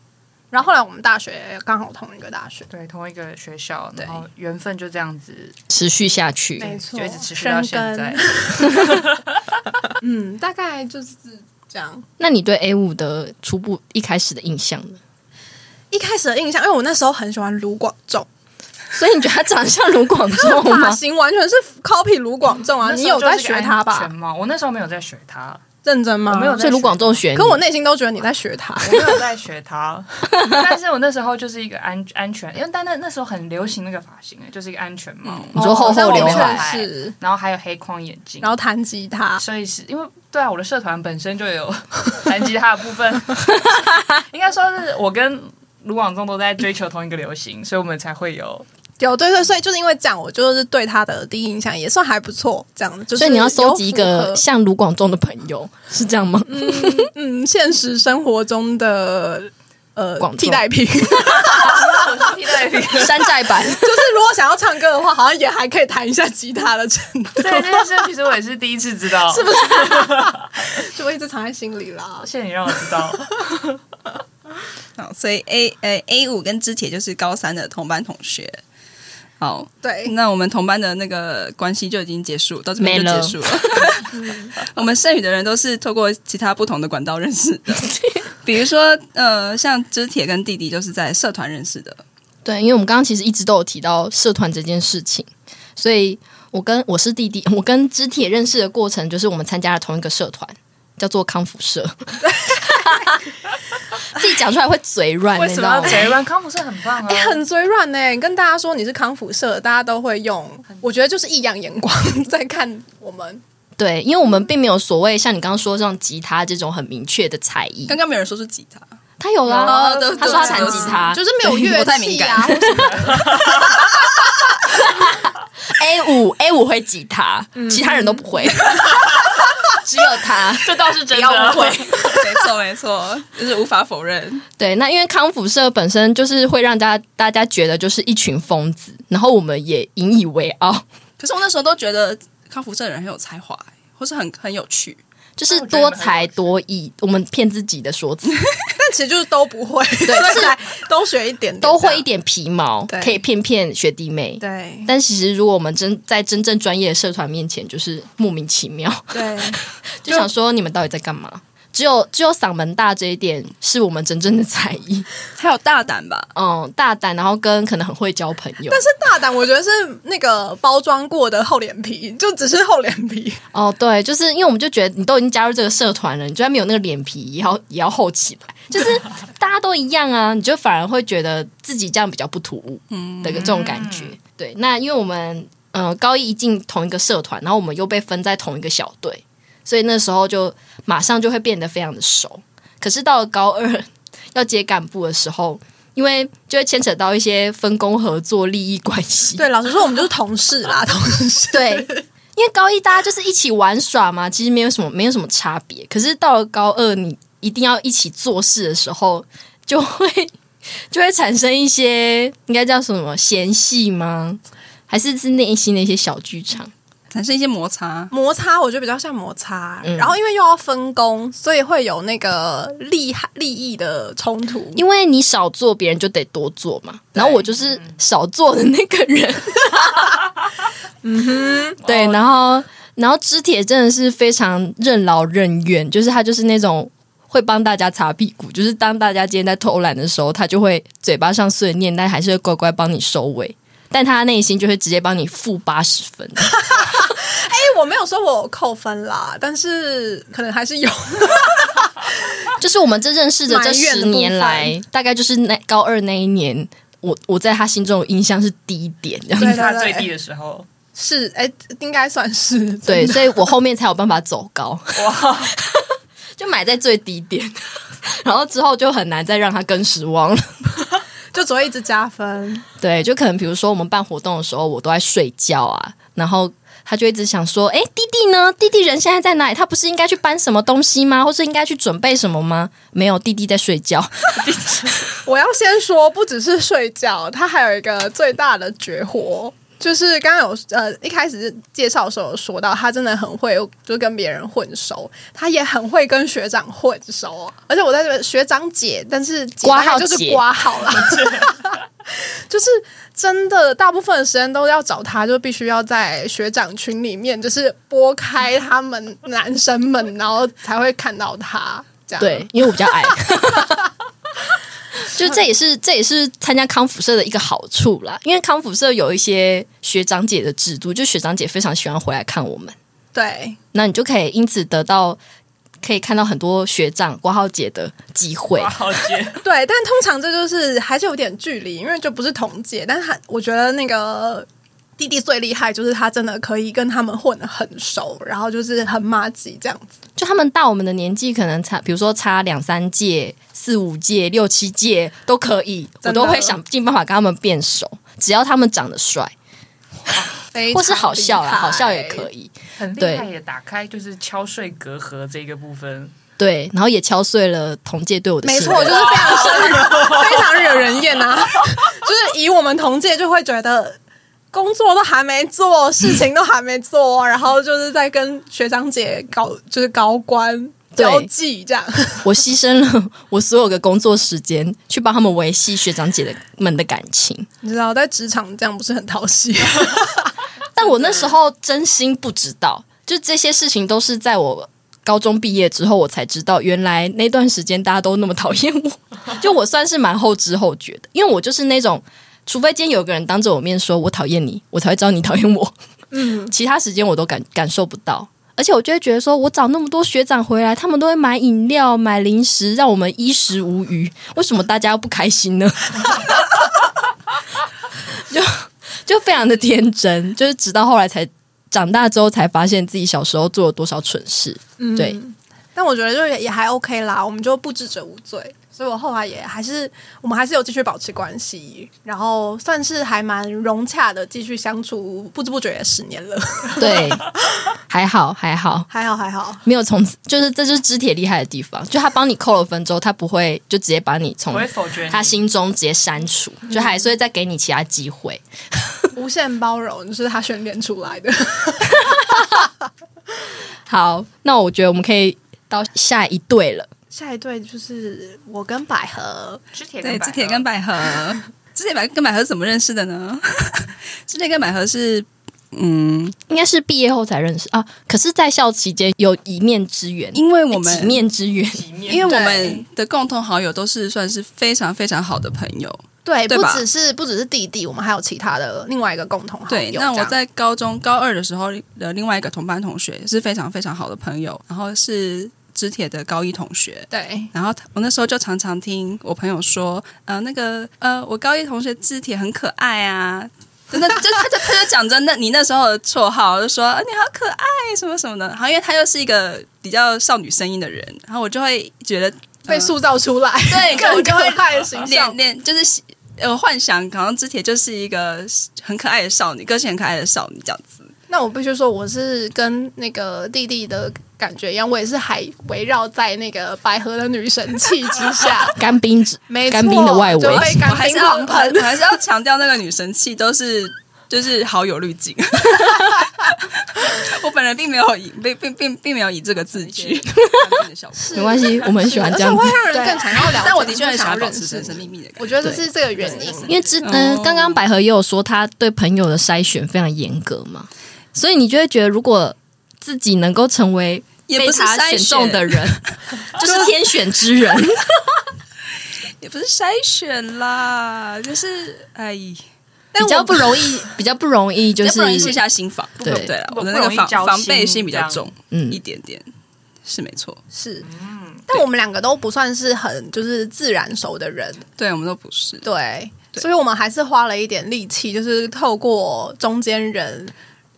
Speaker 4: 然后后来我们大学刚好同一个大
Speaker 1: <laughs>
Speaker 4: 学，
Speaker 3: 对同一个学校，
Speaker 4: 对
Speaker 3: 然后缘分就这样子，
Speaker 1: 持续下去，
Speaker 4: 没错，
Speaker 3: 就一直持续到现在
Speaker 4: 深。根。嗯，大概就是这样。
Speaker 1: 那你对 A 五的初步一开始的印象呢？
Speaker 4: 一开始的印象，因为我那时候很喜欢卢广
Speaker 1: <laughs>
Speaker 4: 仲，
Speaker 1: 所以你觉得他长得像卢 <laughs> 广仲
Speaker 4: 发
Speaker 1: 哦吗？
Speaker 4: 型完全是 copy 卢广仲 <laughs> 啊！
Speaker 3: 那
Speaker 4: 你
Speaker 3: 时候
Speaker 4: 有在
Speaker 3: 就是
Speaker 1: 哎
Speaker 3: 个
Speaker 4: 学他
Speaker 3: 安
Speaker 4: 吧
Speaker 3: 全？帽我那时候没有在学他，
Speaker 4: 认真吗？
Speaker 3: 我没有在
Speaker 1: 所以卢广仲选你，
Speaker 4: 可我内心都觉得你在学他。
Speaker 3: 我没有在学他， <laughs> 但是我那时候就是一个安安全，因为但那那时候很流行那个发型，就是一个安全帽，
Speaker 1: <laughs> 你说厚厚刘海
Speaker 4: 哦好像我确实
Speaker 3: 然后还有黑框眼镜
Speaker 4: 然。后弹吉他，
Speaker 3: 所以是因为对啊，我的社团本身就有弹吉他的部分，应该说是我跟卢广仲都在追求同一个流行，所以我们才会有
Speaker 4: 有对对，所以就是因为这样，我就是对他的第一印象也算还不错，这样就是
Speaker 1: 所以你要收集一个
Speaker 4: 有符
Speaker 1: 像卢广仲的朋友，是这样吗？
Speaker 4: 合嗯现实生活中的呃
Speaker 1: 广众
Speaker 4: 替代品， <laughs> 就是
Speaker 3: 替 <laughs> 代品。
Speaker 1: 山寨版，
Speaker 4: 如果想要唱歌的话，好像也还可以弹一下吉他的程度，
Speaker 3: 对这件事，其实我也是第一次知道，是不是？
Speaker 4: 就一直藏在心里啦。
Speaker 3: 谢谢你让我知道。
Speaker 2: 好，所以 A 呃 A 五跟肢铁就是高三的同班同学。好，
Speaker 4: 对，
Speaker 2: 哎那我们同班的那个关系就已经结束，到这边
Speaker 1: 没
Speaker 2: 就
Speaker 1: 了
Speaker 2: 结束了。 <laughs> 我们剩余的人都是透过其他不同的管道认识 <laughs> 的，比如说呃，像肢铁跟弟弟就是在社团认识的。
Speaker 1: 对，因为我们刚刚其实一直都有提到社团这件事情，所以我跟我是弟弟， <laughs> 我跟肢体认识的过程就是我们参加了同一个社团，叫做康复社。自己讲出来会嘴软，
Speaker 3: 为
Speaker 1: 你
Speaker 3: 什
Speaker 1: 知
Speaker 3: 么
Speaker 1: 道
Speaker 3: 要
Speaker 1: 吗？
Speaker 3: 贼乱？康复社很
Speaker 4: <laughs>
Speaker 3: 棒啊
Speaker 4: 哎、！很嘴软呢、你跟大家说你是康复社，大家都会用，我觉得就是异样眼光在看我们。
Speaker 1: 对，因为我们并没有所谓像你刚刚说像吉他这种很明确的才艺
Speaker 2: 刚，刚没有人说是吉 <laughs> 他，
Speaker 1: 他有啦，
Speaker 2: 哦对
Speaker 1: 他说他
Speaker 2: 对
Speaker 1: 弹吉他，
Speaker 4: 就是没有乐
Speaker 2: 我太
Speaker 4: 器
Speaker 2: 敏
Speaker 4: <laughs> 啊，
Speaker 2: 感
Speaker 4: 或什么
Speaker 1: A 五 A 五会吉他，其他人都不会，嗯 <laughs> 只有他。
Speaker 3: 这倒是真
Speaker 1: 不要
Speaker 3: 的
Speaker 1: 误。
Speaker 3: <laughs>
Speaker 1: 会，
Speaker 2: 没错没错，就是无法否认。
Speaker 1: 对，那因为康复社本身就是会让大家大家觉得就是一群疯子，然后我们也引以为傲，
Speaker 2: 可是我那时候都觉得康复社的人很有才华、或是很很有趣。
Speaker 1: 就是多才多艺，我们骗自己的说 <laughs> 辞，
Speaker 4: 但其实就是都不会， <laughs> 对，就是啊都学一点点，
Speaker 1: 都会一点皮毛
Speaker 4: 对，
Speaker 1: 可以骗骗学弟妹。
Speaker 4: 这样。
Speaker 1: 但其实，如果我们真在真正专业的社团面前，就是莫名其妙，
Speaker 4: 对对，
Speaker 1: 就想说你们到底在干嘛？只有只有嗓门大这一点是我们真正的才艺，
Speaker 2: 还有大胆吧，
Speaker 1: 嗯，大胆，然后跟可能很会交朋友
Speaker 4: 但。是大胆，我觉得是那个包装过的厚脸皮，就只是厚脸 <laughs> 皮。
Speaker 1: 哦，对，就是因为我们就觉得你都已经加入这个社团了，你就算没有那个脸皮，也要也要厚起
Speaker 4: <laughs>
Speaker 1: 来。就是大家都一样啊，你就反而会觉得自己这样比较不突兀的这种感觉。
Speaker 4: 嗯
Speaker 1: 对，那因为我们呃高一一进同一个社团，然后我们又被分在同一个小队，所以那时候就马上就会变得非常的熟。可是到了高二 <laughs> 要接干部的时候，因为就会牵扯到一些分工合作、利益关系。
Speaker 4: 对，老实说，我们就是同事 <laughs> 啦，同事。
Speaker 1: 对，因为高一大家就是一起玩耍嘛，其实没有什么没有什么差别。可是到了高二，你一定要一起做事的时候，就会 <laughs> 就会产生一些应该叫什么嫌隙吗？还是是内心的一些小剧场？
Speaker 2: 产生一些摩擦。
Speaker 4: 摩擦，我觉得比较像摩擦，
Speaker 1: 嗯
Speaker 4: 然后因为又要分工，所以会有那个利害利益的冲突。
Speaker 1: 因为你少做，别人就得多做嘛。然后我就是少做的那个人。 <laughs> 嗯哼，对，然后然后肢铁真的是非常任劳任怨，就是他就是那种会帮大家擦屁股，就是当大家今天在偷懒的时候，他就会嘴巴上碎念，但还是会乖乖帮你收尾。但他内心就会直接帮你负八十分， <laughs>
Speaker 4: 哎、我没有说我有扣分啦，但是可能还是有。
Speaker 1: 就是我们这认识的这十年
Speaker 4: 埋
Speaker 1: 来，大概就是那高二那一年，我我在他心中的印象是低点这样子
Speaker 4: 对。
Speaker 3: 他最低的时候，
Speaker 4: 是，哎、应该算是
Speaker 1: 对，所以我后面才有办法走高，就买在最低点， <laughs> 然后之后就很难再让他更失望了。
Speaker 4: 就只会一直加分。
Speaker 1: 对，就可能比如说我们办活动的时候，我都在睡觉啊，然后他就一直想说：“哎，弟弟呢？弟弟人现在在哪里？他不是应该去搬什么东西吗？或是应该去准备什么吗？”没有，弟弟在睡觉。
Speaker 4: 我要先说，不只是睡觉，它还有一个最大的绝活。就是刚刚有呃一开始介绍的时候有说到，他真的很会就跟别人混熟，他也很会跟学长混熟，而且我在这边学长姐，但是姐
Speaker 1: 挂
Speaker 4: 大概
Speaker 1: 号
Speaker 4: 就是
Speaker 1: 姐
Speaker 4: 挂号啦， <laughs> 就是真的大部分的时间都要找他，就必须要在学长群里面，就是拨开他们男生们，然后才会看到他这样。
Speaker 1: 对，因为我比较矮。 <laughs> 就这也是这也是参加康复社的一个好处啦，因为康复社有一些学长姐的制度，就学长姐非常喜欢回来看我们，
Speaker 4: 对，
Speaker 1: 那你就可以因此得到可以看到很多学长挂号姐的机会
Speaker 3: 哇，。好姐，
Speaker 4: 对，但通常这就是还是有点距离，因为就不是同届。但是他我觉得那个弟弟最厉害，就是他真的可以跟他们混得很熟，然后就是很麻吉这样子。
Speaker 1: 就他们大我们的年纪，可能差，比如说差两三届、四五届、六七届都可以，我
Speaker 4: 真的
Speaker 1: 都会想尽办法跟他们变熟。只要他们长得帅
Speaker 4: 非常
Speaker 1: 或是好笑啦，
Speaker 4: 厉害
Speaker 1: 好笑也可。以。
Speaker 3: 很厉害，也打开就是敲碎隔阂这个部分。
Speaker 1: 对，然后也敲碎了同届对我的
Speaker 4: 没
Speaker 1: 信
Speaker 4: 错，
Speaker 1: 任
Speaker 4: 就是非常生人非常惹人厌啊！ <laughs> 就是以我们同届就会觉得。工作都还没做，事情都还没做，然后就是在跟学长姐搞，就是高官
Speaker 1: 对
Speaker 4: 交际这样。
Speaker 1: 我牺牲了我所有的工作时间去帮他们维系学长姐的们的感情。
Speaker 4: 你知道，在职场这样不是很讨喜。
Speaker 1: 但我那时候真心不知道，就这些事情都是在我高中毕业之后我才知道，原来那段时间大家都那么 <laughs> 讨厌我。就我算是蛮后知后觉的，因为我就是那种，除非今天有个人当着我面说我讨厌你，我才会知道你讨厌我。嗯， <laughs> 其他时间我都感感受不到。而且我就会觉得说，我找那么多学长回来，他们都会买饮料、买零食，让我们衣食无余。为什么大家不开心呢？就非常的天真，就是直到后来才长大之后才发现自己小时候做了多少蠢事。
Speaker 2: 嗯
Speaker 1: 对，
Speaker 4: 但我觉得就也也还 OK 啦，我们就不知者无罪。所以我后来也还是，我们还是有继续保持关系，然后算是还蛮融洽的，继续相处，不知不觉也十年了， <laughs>
Speaker 1: 对， <laughs> 还好还好，
Speaker 4: 还好还好。
Speaker 1: 没有从此就是这就是知铁厉害的地方，就他帮你扣了分之后，他不会就直接把你
Speaker 3: 我
Speaker 1: 从
Speaker 3: 会否决你
Speaker 1: 嗯他心中直接删除，
Speaker 2: 嗯
Speaker 1: 就他还是会再给你其他机会。
Speaker 4: 无限包容，就是他训练出来的。 <laughs>
Speaker 1: 好，那我觉得我们可以到下一对了。
Speaker 4: 下一对就是我跟百合，
Speaker 3: 知铁
Speaker 2: 对，
Speaker 3: 跟
Speaker 2: 知
Speaker 3: 百
Speaker 2: 铁
Speaker 3: 合
Speaker 2: 跟百合，知铁百跟百合怎么认识的呢？ <laughs> 知铁跟百合是，嗯，
Speaker 1: 应该是毕业后才认识啊，可是在校期间有一面之缘，
Speaker 2: 因为我
Speaker 1: 几
Speaker 2: 们
Speaker 1: 面之缘， <laughs>
Speaker 3: 体面，
Speaker 2: 因为我们
Speaker 4: 对
Speaker 2: 的共同好友都是算是非常非常好的朋友。
Speaker 4: 对，
Speaker 2: 对
Speaker 4: 不
Speaker 2: 吧
Speaker 4: 只是不只是弟弟，我们还有其他的另外一个共同好友。
Speaker 2: 对，那
Speaker 4: 这
Speaker 2: 我
Speaker 4: 样
Speaker 2: 在高中高二的时候的另外一个同班同学也是非常非常好的朋友，然后是知铁的高一同学。
Speaker 4: 对
Speaker 2: 然后他我那时候就常常听我朋友说，呃，那个呃，我高一同学知铁很可爱啊。真的， <laughs> 就他就他就讲着那你那时候的绰号，就说、啊、你好可爱什么什么的。然后因为他又是一个比较少女声音的人，然后我就会觉得
Speaker 4: 被塑造
Speaker 2: <laughs>
Speaker 4: 出来，
Speaker 2: 对
Speaker 4: <laughs> 更
Speaker 2: 我就会
Speaker 4: 可爱的形象
Speaker 2: 脸。脸就是喜呃幻想，好像知铁就是一个很可爱的少女，个性很可爱的少女这样子。
Speaker 4: 那我必须说，我是跟那个弟弟的感觉一样，我也是还围绕在那个百合的女神气之
Speaker 1: <laughs>
Speaker 4: 下，
Speaker 1: 干冰子，
Speaker 4: 没错，
Speaker 1: 干冰的外围
Speaker 4: 就被
Speaker 2: 我
Speaker 4: 干
Speaker 2: 还
Speaker 4: 冰
Speaker 2: 是要，
Speaker 4: 狂
Speaker 2: 我
Speaker 4: 喷。
Speaker 2: 还是要强调那个女神气都是就是好友滤镜。 <laughs> 我本人并没有以并并并并没有以这个自居，
Speaker 1: 没关系，我们很喜欢这样
Speaker 4: 而
Speaker 1: 子
Speaker 4: 且会。让人
Speaker 2: 对
Speaker 4: 更想要了解，
Speaker 2: <laughs> 但我的确很
Speaker 4: 想
Speaker 2: 想要保
Speaker 4: 认
Speaker 2: 持
Speaker 4: 识
Speaker 2: 神神秘秘的感
Speaker 4: 我
Speaker 2: 觉。
Speaker 4: 觉得这是这个原因，
Speaker 1: 因为之嗯、
Speaker 2: 哦
Speaker 1: 刚刚百合也有说，他对朋友的筛选非常严格嘛，所以你就会觉得，如果自己能够成为
Speaker 2: 也
Speaker 1: 被
Speaker 2: 不是
Speaker 1: 他
Speaker 2: 筛
Speaker 1: 选中的
Speaker 2: 选，
Speaker 1: 人，
Speaker 2: <laughs>
Speaker 1: 就是天选之人。
Speaker 2: 也不是筛选啦，就是哎，
Speaker 1: 比较不容易，比较不容易，就
Speaker 2: 要不容易卸
Speaker 1: 是
Speaker 2: 下心防。
Speaker 1: 对
Speaker 2: 对了，
Speaker 3: 不
Speaker 2: 我的那个
Speaker 3: 不容易
Speaker 2: 防
Speaker 3: 交心
Speaker 2: 防备心比较重一
Speaker 1: 嗯，
Speaker 2: 点点，是没错。
Speaker 4: 是。
Speaker 2: 嗯
Speaker 4: 但我们两个都不算是很就是自然熟的人，
Speaker 2: 对我们都不是，
Speaker 4: 对，
Speaker 2: 对
Speaker 4: 所以我们还是花了一点力气，就是透过中间人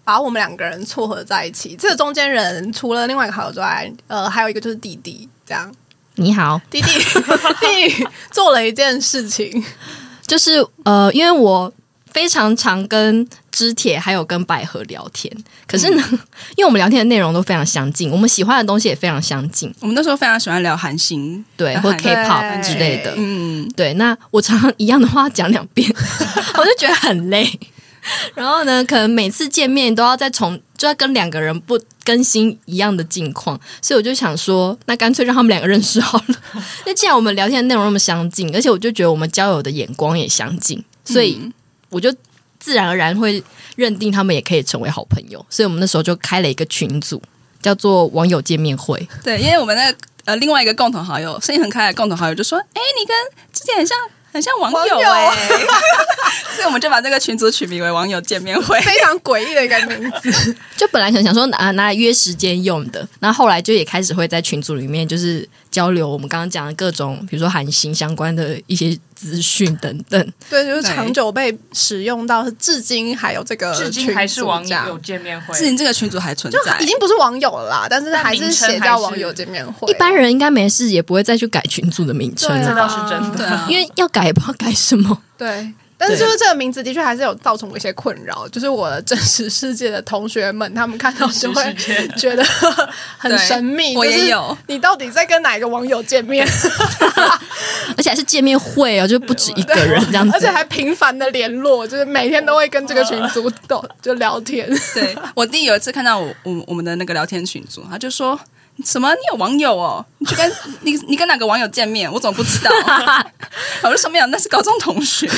Speaker 4: 把我们两个人撮合在一起。这个中间人除了另外一个好友之外，呃，还有一个就是弟弟，这样
Speaker 1: 你好，
Speaker 4: <laughs> 弟弟弟弟做了一件事情，
Speaker 1: 就是呃，因为我非常常跟知铁还有跟百合聊天，可是呢，
Speaker 2: 嗯
Speaker 1: 因为我们聊天的内容都非常相近，我们喜欢的东西也非常相近，
Speaker 2: 我们那时候非常喜欢聊韩星，
Speaker 1: 对，
Speaker 2: 聊
Speaker 1: 或
Speaker 2: 韩剧
Speaker 1: K-pop
Speaker 4: 对
Speaker 1: 之类的，
Speaker 2: 嗯，
Speaker 1: 对，那我常常一样的话讲两遍，我就觉得很累。然后呢，可能每次见面都要再重，就要跟两个人不更新一样的近况，所以我就想说，那干脆让他们两个认识好了。那既然我们聊天的内容那么相近，而且我就觉得我们交友的眼光也相近，所
Speaker 2: 嗯
Speaker 1: 以我就自然而然会认定他们也可以成为好朋友。所以我们那时候就开了一个群组，叫做网友见面会。
Speaker 2: 对，因为我们那个呃另外一个共同好友，声音很可爱的共同好友就说：“哎、你跟之前很像，很像网友
Speaker 4: 网友
Speaker 2: 哎、 <laughs> 所以我们就把这个群组取名为“网友见面会
Speaker 4: 非常诡异的一个名字。
Speaker 1: 就本来可能想说拿拿来约时间用的，然后后来就也开始会在群组里面就是交流我们刚刚讲的各种，比如说韩星相关的一些资讯等等。
Speaker 4: 对，就是
Speaker 2: 对
Speaker 4: 长久被使用到，至今还有这个
Speaker 3: 至
Speaker 4: 群组这样，
Speaker 3: 今还是网友见面”，会，
Speaker 2: 至今这个群组还存在，
Speaker 4: 已经不是网友了啦，但是还是写
Speaker 3: 但名称还
Speaker 4: 叫
Speaker 3: 是
Speaker 4: 网友见面会。啊
Speaker 1: 一般人应该没事，也不会再去改群组的名称
Speaker 4: 对
Speaker 3: 这
Speaker 1: 了，
Speaker 3: 倒
Speaker 4: 啊
Speaker 3: 是真
Speaker 2: 对
Speaker 3: 的。
Speaker 2: 啊，
Speaker 1: 因为要改也不知道改什么。
Speaker 4: 对，但是
Speaker 1: 对
Speaker 4: 就是这个名字的确还是有造成我一些困扰，就是我的真实世界的同学们，他们看到就会觉得很神秘。
Speaker 2: 我也
Speaker 4: 就是
Speaker 2: 有
Speaker 4: 你到底在跟哪一个网友见 <laughs> 面？
Speaker 1: 而且还是见面会哦，就不止一个人这样子，
Speaker 4: 而且还频繁的联络，就是每天都会跟这个群组斗就聊天。
Speaker 2: 对我弟有一次看到我我我们的那个聊天群组，他就说。什么？你有网友哦？你去跟 <laughs> 你你跟哪个网友见面？我怎么不知道？ <laughs> 我就说没有，那是高中同学，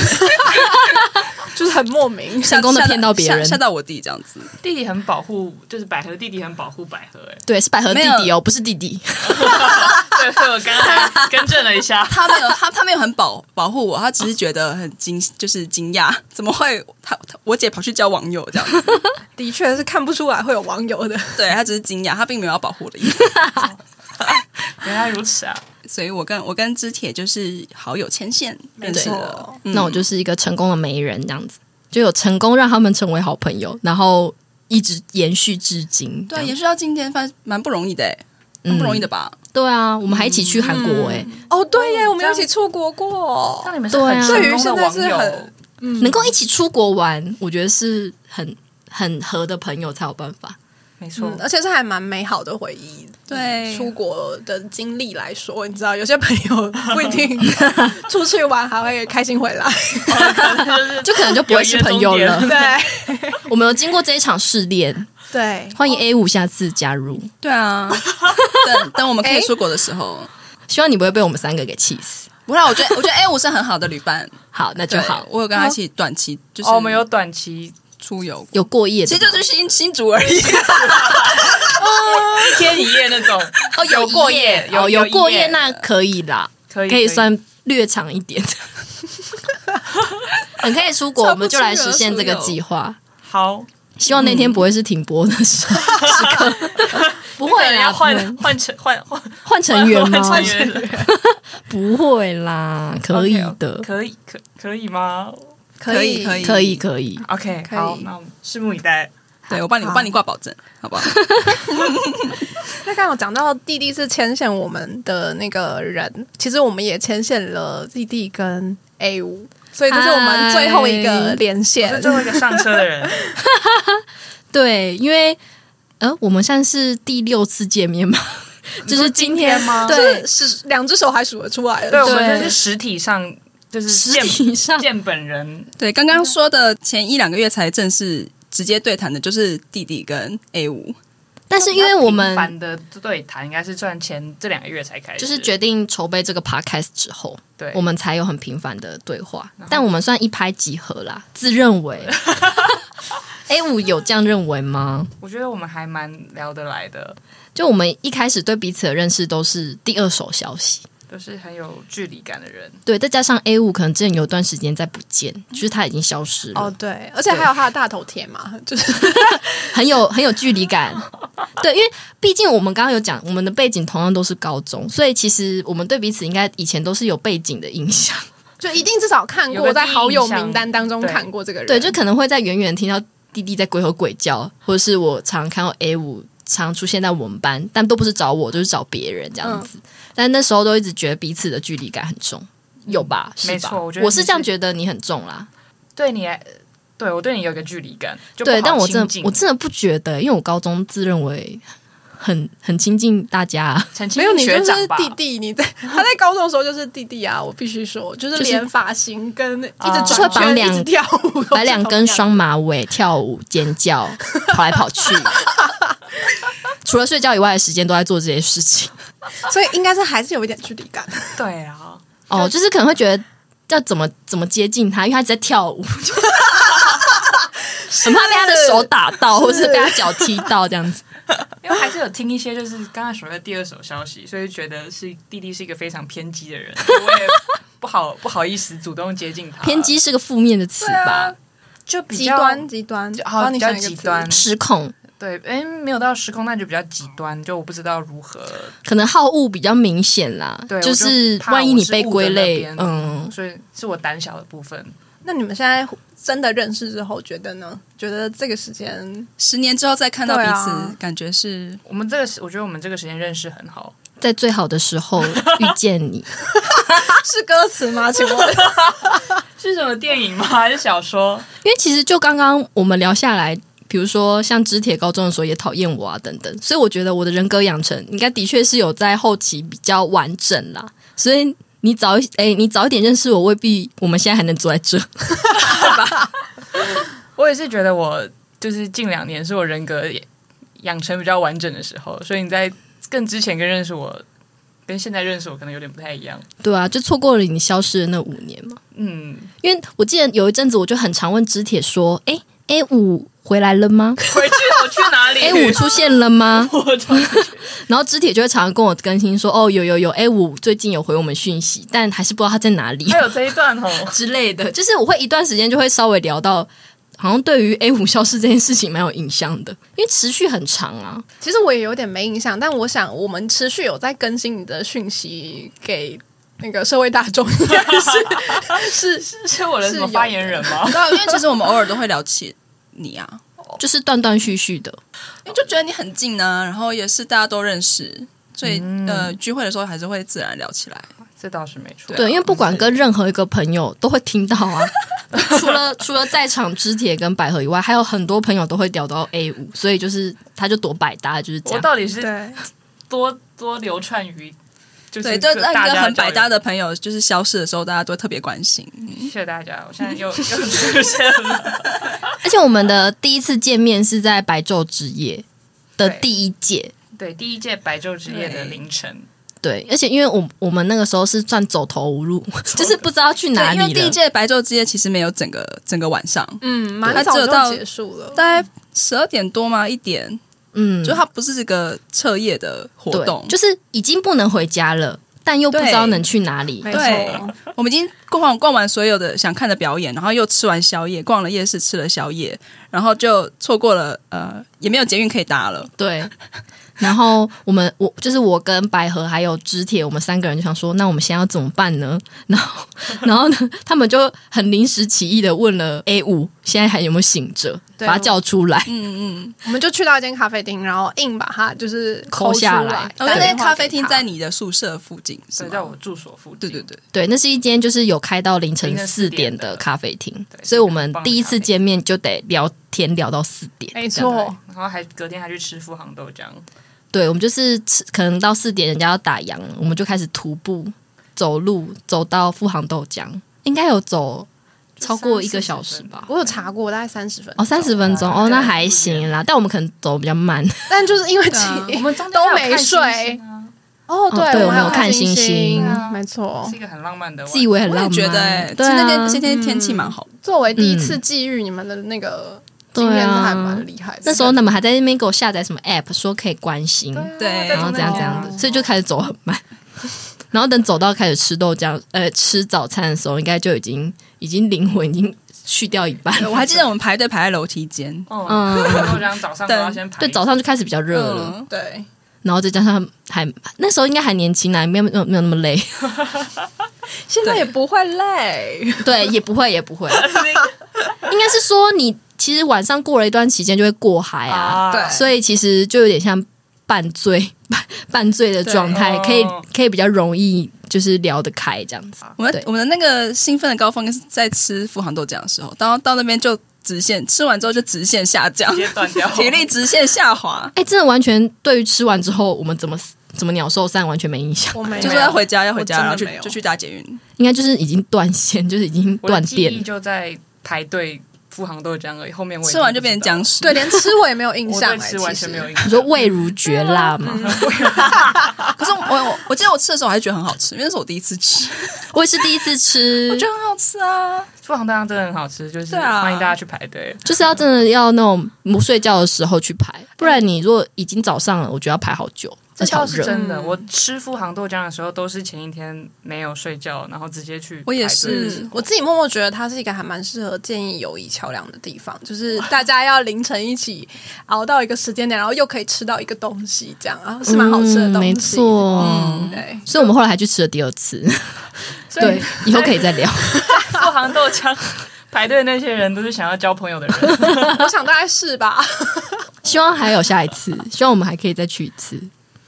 Speaker 4: <laughs> 就是很
Speaker 2: <laughs>
Speaker 4: 莫名。
Speaker 1: 成功的
Speaker 2: 吓
Speaker 1: 骗到别人，
Speaker 2: 吓吓到我弟这样子。
Speaker 3: 弟弟很保护，就是百合弟弟很保护百合、哎
Speaker 1: 对，是百合弟
Speaker 2: 没
Speaker 1: 弟
Speaker 2: 有。
Speaker 1: 哦，不是弟弟，
Speaker 3: 对，所以我刚刚更正了一
Speaker 2: <laughs>
Speaker 3: 下 <laughs>
Speaker 2: 他 <laughs> 没有他他没有很保保护我，他只是觉得很惊，就是惊讶，怎么会他他我姐跑去交网友这 <laughs> 样子？
Speaker 4: 的确是看不出来会有网友的。
Speaker 2: 对他只是惊讶，他并没有要保护我的意 <laughs> 思。
Speaker 3: 原来如此啊！
Speaker 2: 所以我跟我跟知铁就是好友牵线认识的
Speaker 4: 错。
Speaker 2: 嗯
Speaker 1: <laughs> 那我就是一个成功的媒人这样子，就有成功让他们成为好朋友，然后一直延续至今，
Speaker 2: 对，啊
Speaker 1: 这
Speaker 2: 也
Speaker 1: 样
Speaker 2: 是到今天，发蛮不容易的欸，蛮
Speaker 1: 嗯
Speaker 2: 不容易的吧？
Speaker 1: 对啊，我们还一起去韩国哎、
Speaker 4: 哦，对耶，我们有一起出国过
Speaker 3: 那。你们是
Speaker 1: 对
Speaker 3: 很
Speaker 1: 啊
Speaker 3: 成
Speaker 4: 对
Speaker 3: 功
Speaker 4: 于
Speaker 3: 的
Speaker 4: 现在是
Speaker 3: 网友
Speaker 4: 很，
Speaker 3: 嗯
Speaker 1: 能够一起出国玩，我觉得是很很合的朋友才有办法。
Speaker 3: 没错 <laughs>
Speaker 4: 嗯，，而且是还蛮美好的回忆。
Speaker 2: 对
Speaker 4: 出国的经历来说，你知道，有些朋友不一定出去玩还会开心回
Speaker 2: <laughs>
Speaker 4: 来。
Speaker 1: <laughs> 就可能就不会是朋友
Speaker 3: <laughs> 有一些
Speaker 1: 了
Speaker 3: 终。
Speaker 4: 对
Speaker 1: 我们有经过这一场试
Speaker 3: <laughs>
Speaker 1: 炼，
Speaker 4: 对，
Speaker 1: 欢迎 A 五下次加入。
Speaker 2: 对 <laughs> 啊，等等我们可以出国的时候，
Speaker 1: 希望你不会被我们三个给气死。
Speaker 2: 不啊然我觉得我觉得 A 五是很好的旅伴，
Speaker 1: 好，那就
Speaker 2: 对
Speaker 1: 好。
Speaker 2: 我有跟他一起短期就是
Speaker 3: 哦，我们有短
Speaker 1: <laughs>
Speaker 3: 期
Speaker 2: 出游过，
Speaker 1: 有过夜
Speaker 2: 其
Speaker 1: 的
Speaker 2: 实就是新新竹而已。
Speaker 3: 一天一夜那种，
Speaker 1: 哦，有过
Speaker 3: 夜有
Speaker 1: 哦，有
Speaker 3: 有
Speaker 1: 过
Speaker 3: 夜
Speaker 1: 夜那可以啦，
Speaker 3: 可以
Speaker 1: 可以算略长一
Speaker 3: <laughs>
Speaker 1: 点。很可以出国，
Speaker 2: 差不多
Speaker 1: 我们就来实现这个计划。
Speaker 3: 好。
Speaker 1: 希望那天不会是停播的时
Speaker 3: <laughs>
Speaker 1: 候时刻，不
Speaker 3: 可
Speaker 1: 会
Speaker 3: 能
Speaker 1: 啦，
Speaker 3: 要
Speaker 1: 不会
Speaker 3: 换换成换换
Speaker 1: 换成员吗？
Speaker 3: 换成 <laughs> 员
Speaker 1: 不会啦，可以
Speaker 3: OK，
Speaker 1: 的，
Speaker 3: 可以可可以吗
Speaker 2: 可以可以
Speaker 1: 可以可以。
Speaker 3: ？OK，
Speaker 4: 可以
Speaker 3: 好，那我们拭目
Speaker 1: <laughs>
Speaker 3: 以待。
Speaker 2: 对我帮你我帮你挂保证，好不好？
Speaker 4: 那刚刚有讲到弟弟是牵线我们的那个人，其实我们也牵线了弟弟跟 A 五，所以这是我们最后一个连线
Speaker 3: 是。最后一个上车
Speaker 1: <laughs>
Speaker 3: 的人，
Speaker 1: 对，因为呃，我们现在是第六次见面 <laughs> 嘛，就是今天
Speaker 3: 吗
Speaker 1: 对，
Speaker 4: 是两只手还数得出来
Speaker 3: 对，
Speaker 4: 的
Speaker 3: 我，们
Speaker 1: 对
Speaker 3: 就是实体上就是
Speaker 1: 实
Speaker 3: 见
Speaker 1: 体上
Speaker 3: 见本人，
Speaker 2: <laughs> 对，刚刚说的前一两个月才正式直接对谈的，就是弟弟跟 A 五。
Speaker 1: 但是因为我们
Speaker 3: 比较频繁的对谈，应该是算前这两个月才开始，
Speaker 1: 就是决定筹备这个 podcast 之后，
Speaker 3: 对
Speaker 1: 我们才有很频繁的对话，但我们算一拍即合啦，自认 <laughs> 为。A 五有这样认为吗？
Speaker 3: 我觉得我们还蛮聊得来的，
Speaker 1: 就我们一开始对彼此的认识都是第二手消息，
Speaker 3: 都是很有距离感的人。
Speaker 1: 对，再加上 A 五可能之前有一段时间在不见，就是他已经消失
Speaker 3: 嗯
Speaker 1: 了，
Speaker 4: 哦对，而且还有他的大头贴嘛，就是
Speaker 1: 很有 <laughs> 很有距离感。对，因为毕竟我们刚刚有讲，我们的背景同样都是高中，所以其实我们对彼此应该以前都是有背景的印象。
Speaker 4: 就一定至少看
Speaker 3: 有
Speaker 4: 过，
Speaker 3: 个
Speaker 4: 在好友
Speaker 3: 第一印象
Speaker 4: 名单当中看过这个人，
Speaker 3: 啊
Speaker 1: 对，就可能会在远远听到弟弟在鬼吼鬼叫，或者是我常看到 A 五常出现在我们班，但都不是找我，就是找别人这样
Speaker 3: 嗯
Speaker 1: 子。但那时候都一直觉得彼此的距离感很重，有吧？是吧
Speaker 3: 没错我觉得
Speaker 1: 我是
Speaker 3: 你
Speaker 1: 这样
Speaker 3: 是
Speaker 1: 觉得你很重啦。
Speaker 3: 对你来，对我对你有个距离感，就不好
Speaker 1: 对，但我真
Speaker 3: 亲
Speaker 1: 的
Speaker 3: 近
Speaker 1: 我真的不觉得，因为我高中自认为很很亲近大家、啊，
Speaker 3: 曾经
Speaker 4: 没有你
Speaker 3: 学
Speaker 4: 就
Speaker 3: 长
Speaker 4: 是
Speaker 3: 吧
Speaker 4: 弟弟，你在他在高中的时候就是弟弟啊，我必须说，就是
Speaker 1: 就是
Speaker 4: 连发型跟一
Speaker 3: 啊
Speaker 4: 直
Speaker 3: 就是
Speaker 4: 转
Speaker 1: 绑
Speaker 4: 圈、
Speaker 1: 两
Speaker 4: 一直跳
Speaker 1: <laughs>
Speaker 4: 舞都是同样，
Speaker 1: 摆两根双马尾跳舞、尖 <laughs> 叫、跑来跑去，除了睡觉以外的时间都在做这些事情。
Speaker 4: 所以应该是还是有一点距离感。
Speaker 3: 对啊，
Speaker 1: 哦，就是可能会觉得要怎么怎么接近他，因为他一直在跳舞， <laughs> 很怕被他的手打到，或是被他脚踢到这样子。
Speaker 3: 因为还是有听一些就是刚才所谓的第二手消息，所以觉得是弟弟是一个非常偏激的人，我也不好不好意思主动接近他，
Speaker 1: <laughs> 偏激是个负面的词吧？
Speaker 3: 啊就比
Speaker 4: 极
Speaker 3: 较
Speaker 4: 端，极端，
Speaker 3: 好
Speaker 4: 帮
Speaker 3: 比
Speaker 4: 你
Speaker 3: 较
Speaker 4: 想一个
Speaker 3: 极
Speaker 4: 词
Speaker 3: 端，
Speaker 1: 失控，
Speaker 3: 对，哎，没有到失控，那就比较极端，就我不知道如何，
Speaker 1: 可能好恶比较明显啦。
Speaker 3: 对，
Speaker 1: 就
Speaker 3: 我
Speaker 1: 是
Speaker 3: 怕
Speaker 1: 万一
Speaker 3: 我
Speaker 1: 你
Speaker 3: 是
Speaker 1: 被
Speaker 3: 误
Speaker 1: 归
Speaker 3: 的那
Speaker 1: 类
Speaker 3: 边，
Speaker 1: 嗯，
Speaker 3: 所以是我胆小的部分，
Speaker 4: 那你们现在真的认识之后，觉得呢？觉得这个时间
Speaker 2: 十年之后再看到彼
Speaker 4: 对
Speaker 2: 此，
Speaker 4: 啊
Speaker 2: 感觉是 <laughs>
Speaker 3: 我们这个时，我觉得我们这个时间认识很好，
Speaker 1: 在最好的时候遇见你。
Speaker 4: 是歌词吗？请问 <laughs>
Speaker 3: 是什么电影吗？ <laughs> 还是小说？
Speaker 1: 因为其实就刚刚我们聊下来，比如说像知铁高中的时候也讨厌我啊等等，所以我觉得我的人格养成应该的确是有在后期比较完整啦。所以你早一哎，你早一点认识我，未必我们现在还能坐在这。
Speaker 3: 我也是觉得我就是近两年是我人格养成比较完整的时候，所以你在更之前跟认识我，跟现在认识我可能有点不太一样。
Speaker 1: 对啊，就错过了你消失的那五年嘛。
Speaker 3: 嗯，
Speaker 1: 因为我记得有一阵子，我就很常问知铁说：“哎 A 五回来了吗
Speaker 3: 回去我去哪 <laughs> 里
Speaker 1: ？A 五出现了吗？”
Speaker 3: <laughs> 我操
Speaker 1: 然后知铁就会常常跟我更新说：“哦，有有有，A 五最近有回我们讯息，但还是不知道他在哪里
Speaker 3: 还有这一段哦，
Speaker 1: 之类的。”就是我会一段时间就会稍微聊到，好像对于 A 五消失这件事情蛮有印象的，因为持续很长啊。
Speaker 4: 其实我也有点没印象，但我想我们持续有在更新你的讯息给那个社会大众，应该
Speaker 3: <laughs>
Speaker 4: 是是
Speaker 3: <laughs>
Speaker 4: 是
Speaker 3: 是我的什 <laughs> 么发言人吗？
Speaker 2: 对啊，因为其实我们偶尔都会聊起你啊，
Speaker 1: 就是断断续续的，
Speaker 2: 因为就觉得你很近呢、然后也是大家都认识，所以、呃聚会的时候还是会自然聊起来。
Speaker 3: 这倒是没错。
Speaker 2: 啊
Speaker 1: 对，因为不管跟任何一个朋友都会听
Speaker 2: <laughs>
Speaker 1: 到啊。除了除了在场知铁跟百合以外，还有很多朋友都会聊到 A 五，所以就是他就多百搭，就是这
Speaker 3: 我
Speaker 1: 样。
Speaker 3: 到底是
Speaker 4: 对，
Speaker 3: 多多流窜于，就是
Speaker 2: 对，就
Speaker 3: 各
Speaker 2: 那
Speaker 3: 大
Speaker 2: 一个
Speaker 3: 家
Speaker 2: 很百搭
Speaker 3: 的
Speaker 2: 的朋友，就是消失的时候，大家都会特别关心。
Speaker 3: 交友，谢谢大家，我现在
Speaker 2: <laughs>
Speaker 3: 又又出现了。
Speaker 1: 而且我们的第一次见面是在白昼之夜的
Speaker 3: 对
Speaker 1: 第一届，
Speaker 3: <laughs> 对，第一届白昼之夜的凌晨，
Speaker 1: 对，而且因为我我们那个时候是算走投无路， <laughs> 就是不知道去
Speaker 2: 对，
Speaker 1: 哪里
Speaker 2: 因为第一
Speaker 1: 了。
Speaker 2: 届白昼之夜其实没有整个整个晚上，
Speaker 4: 嗯，蛮
Speaker 2: 对
Speaker 4: 早
Speaker 2: 它只有到
Speaker 4: 就结束了。
Speaker 2: 大概十二点多吗？一点，
Speaker 1: 嗯，
Speaker 2: 就它不是这个彻夜的活动
Speaker 1: 对，，就是已经不能回家了，但又不知道能去哪里。
Speaker 4: 没
Speaker 2: 对
Speaker 4: 错，
Speaker 2: 我们已经逛完逛完所有的想看的表演，然后又吃完宵夜，逛了夜市，吃了宵夜，然后就错过了呃，也没有捷运可以搭了。
Speaker 1: 对。然后我们我就是我跟百合还有知铁，我们三个人就想说，那我们现在要怎么办呢？ <laughs> 然后然后呢，他们就很临时起意的问了 A 五现在还有没有醒着，
Speaker 4: 对
Speaker 1: 把他叫出来。
Speaker 2: 嗯嗯，
Speaker 4: 我们就去到一间咖啡厅，然后硬把它就是
Speaker 1: 抠
Speaker 4: 出
Speaker 1: 下来
Speaker 4: 来。
Speaker 2: 我觉得
Speaker 4: 打
Speaker 2: 那
Speaker 4: 电
Speaker 2: 间
Speaker 4: 话
Speaker 2: 咖啡
Speaker 4: 给
Speaker 2: 厅
Speaker 4: 他
Speaker 2: 在你的宿舍附近是
Speaker 3: 对，
Speaker 2: 吗？
Speaker 3: 在我住所附近。
Speaker 2: 对对对，
Speaker 1: 对，那是一间就是有开到凌晨
Speaker 3: 凌晨
Speaker 1: 四
Speaker 3: 4
Speaker 1: 点
Speaker 3: 点
Speaker 1: 的
Speaker 3: 的
Speaker 1: 咖啡厅，
Speaker 3: 对
Speaker 1: 所以我们
Speaker 3: 很棒的
Speaker 1: 第一次
Speaker 3: 咖啡厅
Speaker 1: 见面就得聊天聊到四点。
Speaker 4: 没
Speaker 1: 这样，
Speaker 4: 错，
Speaker 3: 哦然后还隔天还去吃富航豆浆，
Speaker 1: 对我们就是吃可能到四点人家要打烊了，我们就开始徒步走路走到富航豆浆，应该有走超过一个小时吧。
Speaker 4: 我有查过，大概三十分
Speaker 1: 哦，，三十分钟哦，那还行啦，但我们可能走比较慢。
Speaker 4: 但就是因为起
Speaker 3: 我们中间
Speaker 4: <laughs> 都
Speaker 3: 还哦有
Speaker 4: 没
Speaker 3: 看星
Speaker 4: 睡
Speaker 3: 星啊
Speaker 4: 哦，
Speaker 1: 对
Speaker 4: 对，我们
Speaker 1: 我们
Speaker 4: 还
Speaker 1: 有
Speaker 4: 有
Speaker 1: 看星
Speaker 4: 星
Speaker 1: 星
Speaker 3: 对啊
Speaker 4: 没错
Speaker 3: 是。一个很浪漫的晚
Speaker 1: 自以为很
Speaker 2: 我
Speaker 1: 浪
Speaker 2: 也
Speaker 1: 漫，
Speaker 2: 觉得、欸，其
Speaker 1: 对
Speaker 2: 实
Speaker 1: 啊，
Speaker 2: 那天今天天气蛮好的。
Speaker 4: 作为第一次际遇，你们的那个经
Speaker 1: 对
Speaker 4: 验还
Speaker 1: 啊
Speaker 4: 蛮。厉害的。
Speaker 1: 那时候你们还在那边给我下载什么 app，说可以关心，
Speaker 4: 啊
Speaker 2: 对啊
Speaker 1: 然后这样这样
Speaker 2: 哦
Speaker 1: 子，所以就开始走很慢。 <laughs> 然后等走到开始吃豆浆，呃，吃早餐的时候，应该就已经已经灵魂已经去掉一半。
Speaker 2: 对我还记得我们排队排在楼梯间，
Speaker 1: 嗯
Speaker 3: 嗯，富航豆浆早上都要先排，
Speaker 1: 对，早上就开始比较热了，
Speaker 2: 嗯，
Speaker 4: 对，
Speaker 1: 然后再加上还那时候应该还年轻啦，没有没有没有那么累，
Speaker 4: 现在也不会累。
Speaker 1: 对，也不会也不会，
Speaker 3: <laughs> 啊
Speaker 1: 应该是说你其实晚上过了一段期间就会过嗨啊，
Speaker 3: 啊，
Speaker 4: 对
Speaker 1: 所以其实就有点像半醉 <laughs> 半半醉的状态，
Speaker 3: 对
Speaker 1: 可以
Speaker 3: 哦
Speaker 1: 可以比较容易就是聊得开这样子。
Speaker 2: 我们
Speaker 1: 对
Speaker 2: 我们的那个兴奋的高峰应该是在吃富航豆浆的时候，然后到那边就直线吃完之后就直线下降
Speaker 3: <laughs> 直，接断掉
Speaker 2: 体力直线下滑，
Speaker 1: 哎，真的完全对于吃完之后我们怎么怎么鸟兽散完全没影响，
Speaker 4: 我没有
Speaker 2: 就说要回家要回
Speaker 4: 我
Speaker 2: 家，
Speaker 4: 真的
Speaker 2: 然后就
Speaker 4: 没有
Speaker 2: 就去搭捷运。
Speaker 1: <laughs> 应该就是已经断线，就是已经
Speaker 3: 我的
Speaker 1: 断
Speaker 3: 记
Speaker 1: 电
Speaker 3: 忆就在排队富航豆浆而已，后面我已经
Speaker 2: 吃完就变成
Speaker 3: 不
Speaker 2: 僵尸， <laughs>
Speaker 4: 对，连吃我也没有印
Speaker 3: 知道，我
Speaker 4: 象哎，
Speaker 3: 对
Speaker 4: 其
Speaker 3: 吃
Speaker 4: 实
Speaker 3: 完全
Speaker 1: <laughs>
Speaker 3: 没有印
Speaker 1: 你
Speaker 3: 象。
Speaker 1: 说味如绝辣嘛？
Speaker 2: 可是我我我记得我吃的时候，我还觉得很好吃，因为那是我第一次吃，
Speaker 1: 我也是第一次吃，
Speaker 2: 我觉得很好吃啊。
Speaker 3: 富航豆浆真的很好吃，就是
Speaker 2: 对啊
Speaker 3: 欢迎大家去排队。
Speaker 1: 就是要真的要那种不睡觉的时候去排，不然你如果已经早上了，我觉得要排好久，
Speaker 3: 这
Speaker 1: 而且好
Speaker 3: 倒是
Speaker 1: 热。
Speaker 3: 真的，我吃富航豆浆的时候都是前一天没有睡觉，然后直接去排队的时候。
Speaker 2: 我也是
Speaker 4: 嗯，我自己默默觉得它是一个还蛮适合建议友谊桥梁的地方，就是大家要凌晨一起熬到一个时间点，然后又可以吃到一个东西，这样啊是蛮好吃的东西。嗯
Speaker 1: 嗯没，错。
Speaker 4: 对，
Speaker 1: 所以我们后来还去吃了第二次，
Speaker 3: <laughs> 所以 <laughs>
Speaker 1: 对，以后可以再聊。
Speaker 3: 富航豆浆 <laughs> 排队的那些人都是想要交朋友的人。
Speaker 4: 我想大概是吧。
Speaker 1: 希望还有下一次，希望我们还可以再去一次。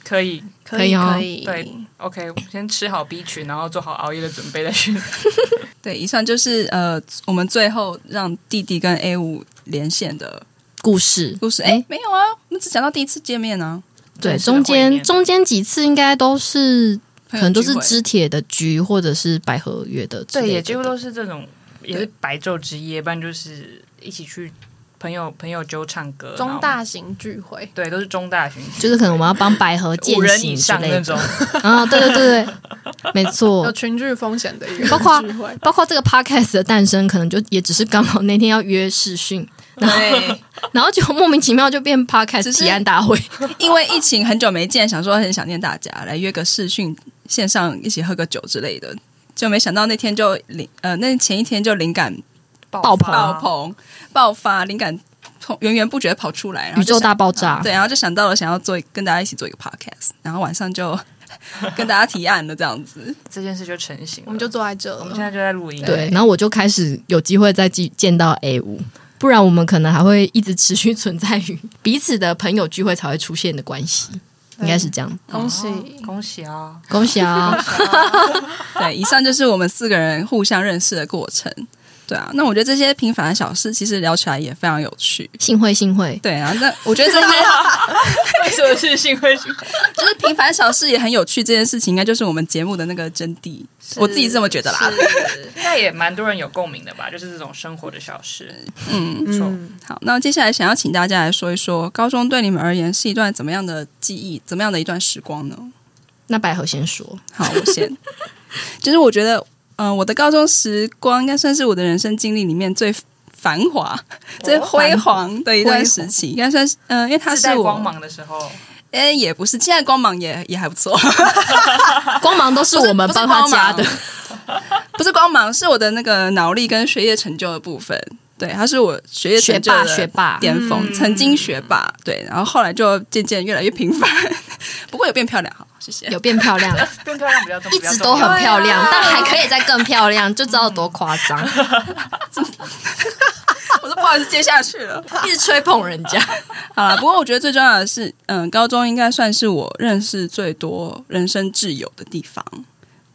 Speaker 3: 可以
Speaker 1: <laughs> 可以哦
Speaker 4: 可以，
Speaker 3: 对，OK，先吃好 B 群，然后做好熬夜的准备再去。
Speaker 2: 对，以上就是呃，我们最后让弟弟跟 A 五连线的
Speaker 1: 故事。
Speaker 2: 故事。哎，没有啊，我们只讲到第一次见面啊，
Speaker 1: 对，
Speaker 3: 真实的
Speaker 1: 中
Speaker 3: 会
Speaker 1: 间
Speaker 3: 面
Speaker 1: 中间几次应该都是
Speaker 2: 可
Speaker 1: 可能都是肢铁的局，或者是百合约的之类的，
Speaker 3: 对，也几乎都是这种，也是白昼之夜，不然就是一起去朋友朋友酒唱歌，然
Speaker 4: 中
Speaker 3: 后
Speaker 4: 大型聚会，
Speaker 3: 对，都是中大型，
Speaker 1: 就是可能我们要帮百合践
Speaker 3: 五人
Speaker 1: 行
Speaker 3: 以
Speaker 1: 之
Speaker 3: 上
Speaker 1: 类
Speaker 3: 那
Speaker 1: 的。
Speaker 3: 种。
Speaker 1: 啊，对对对对，没
Speaker 3: <laughs>
Speaker 4: 有
Speaker 1: 错。
Speaker 4: 群聚风险的一个
Speaker 1: 包括
Speaker 4: 聚会。
Speaker 1: 包括这个 podcast 的诞生，可能就也只是刚好那天要约视讯，
Speaker 2: 对，
Speaker 1: 然后就莫名其妙就变
Speaker 2: 只
Speaker 1: podcast
Speaker 2: 是
Speaker 1: 提案大会。
Speaker 2: 因为疫情很久没见，想说很想念大家，来约个视讯线上一起喝个酒之类的，就没想到那天就灵呃，那前一天就灵感
Speaker 1: 爆棚
Speaker 2: 爆棚爆发，灵感从源源不绝地跑出来，然后
Speaker 1: 宇
Speaker 2: 就
Speaker 1: 宙
Speaker 2: 想啊
Speaker 1: 大爆炸，
Speaker 2: 对，然后就想到了想要做跟大家一起做一个 podcast，然后晚上就跟大家提案了这样
Speaker 1: <laughs>
Speaker 2: 子。
Speaker 3: 这件事就成型了，
Speaker 4: 我们就坐在这
Speaker 3: 我们现在
Speaker 4: 了，
Speaker 3: 就在录音，
Speaker 1: 对，然后我就开始有机会再见见到 A 五，不然我们可能还会一直持续存在于彼此的朋友聚会才会出现的关系，应该是这样。
Speaker 4: 恭喜
Speaker 3: 哦恭喜啊！
Speaker 1: 恭
Speaker 2: <laughs>
Speaker 1: 喜啊！
Speaker 2: 对，以上就是我们四个人互相认识的过程。对啊，那我觉得这些平凡的小事，其实聊起来也非常有趣。
Speaker 1: 幸会幸会，
Speaker 2: 对啊，那我觉得这
Speaker 1: <laughs>
Speaker 2: 些
Speaker 1: 啊
Speaker 3: <laughs> 为什么是幸会幸
Speaker 2: 就是平凡小事也很有趣，这件事情应该就是我们节目的那个真谛。我自己是这么觉得啦。
Speaker 3: 事？应该也蛮多人有共鸣的吧，就是这种生活的小事。
Speaker 2: 嗯，
Speaker 3: 不错，
Speaker 2: 好，那接下来想要请大家来说一说，高中对你们而言是一段怎么样的记忆，怎么样的一段时光呢？
Speaker 1: 那百合先说，
Speaker 2: 好，我先。 <laughs> 就是我觉得，嗯、我的高中时光应该算是我的人生经历里面最繁华、最哦辉煌的一段时期，应该算是，嗯、因为它
Speaker 3: 自
Speaker 2: 是
Speaker 3: 带
Speaker 2: 我，
Speaker 3: 光芒的时候， <laughs>
Speaker 2: 哎、也不是，现在光芒也也还不错，
Speaker 1: 光芒都是我们
Speaker 2: 不是
Speaker 1: 帮他加的
Speaker 2: 不， <laughs> 不是光芒，是我的那个脑力跟学业成就的部分。对，它是我学业
Speaker 1: 学
Speaker 2: 成就
Speaker 1: 霸
Speaker 2: 的
Speaker 1: 学霸，
Speaker 2: 巅峰，
Speaker 3: 嗯
Speaker 2: 曾经学霸，对，然后后来就渐渐越来越平凡， <laughs> 不过有变漂亮，好，谢谢。
Speaker 1: 有变漂亮，
Speaker 3: 变漂亮比较重，
Speaker 1: 一
Speaker 3: 比较
Speaker 1: 直
Speaker 3: 重
Speaker 1: 都
Speaker 3: 要
Speaker 1: 很漂亮，但还可以再更漂亮，就知道有多夸
Speaker 2: <laughs>
Speaker 1: 张，
Speaker 2: <laughs> 我都不好意思接下去了。
Speaker 1: 一直吹捧人家。
Speaker 2: 好了，不过我觉得最重要的是，嗯，高中应该算是我认识最多人生挚友的地方。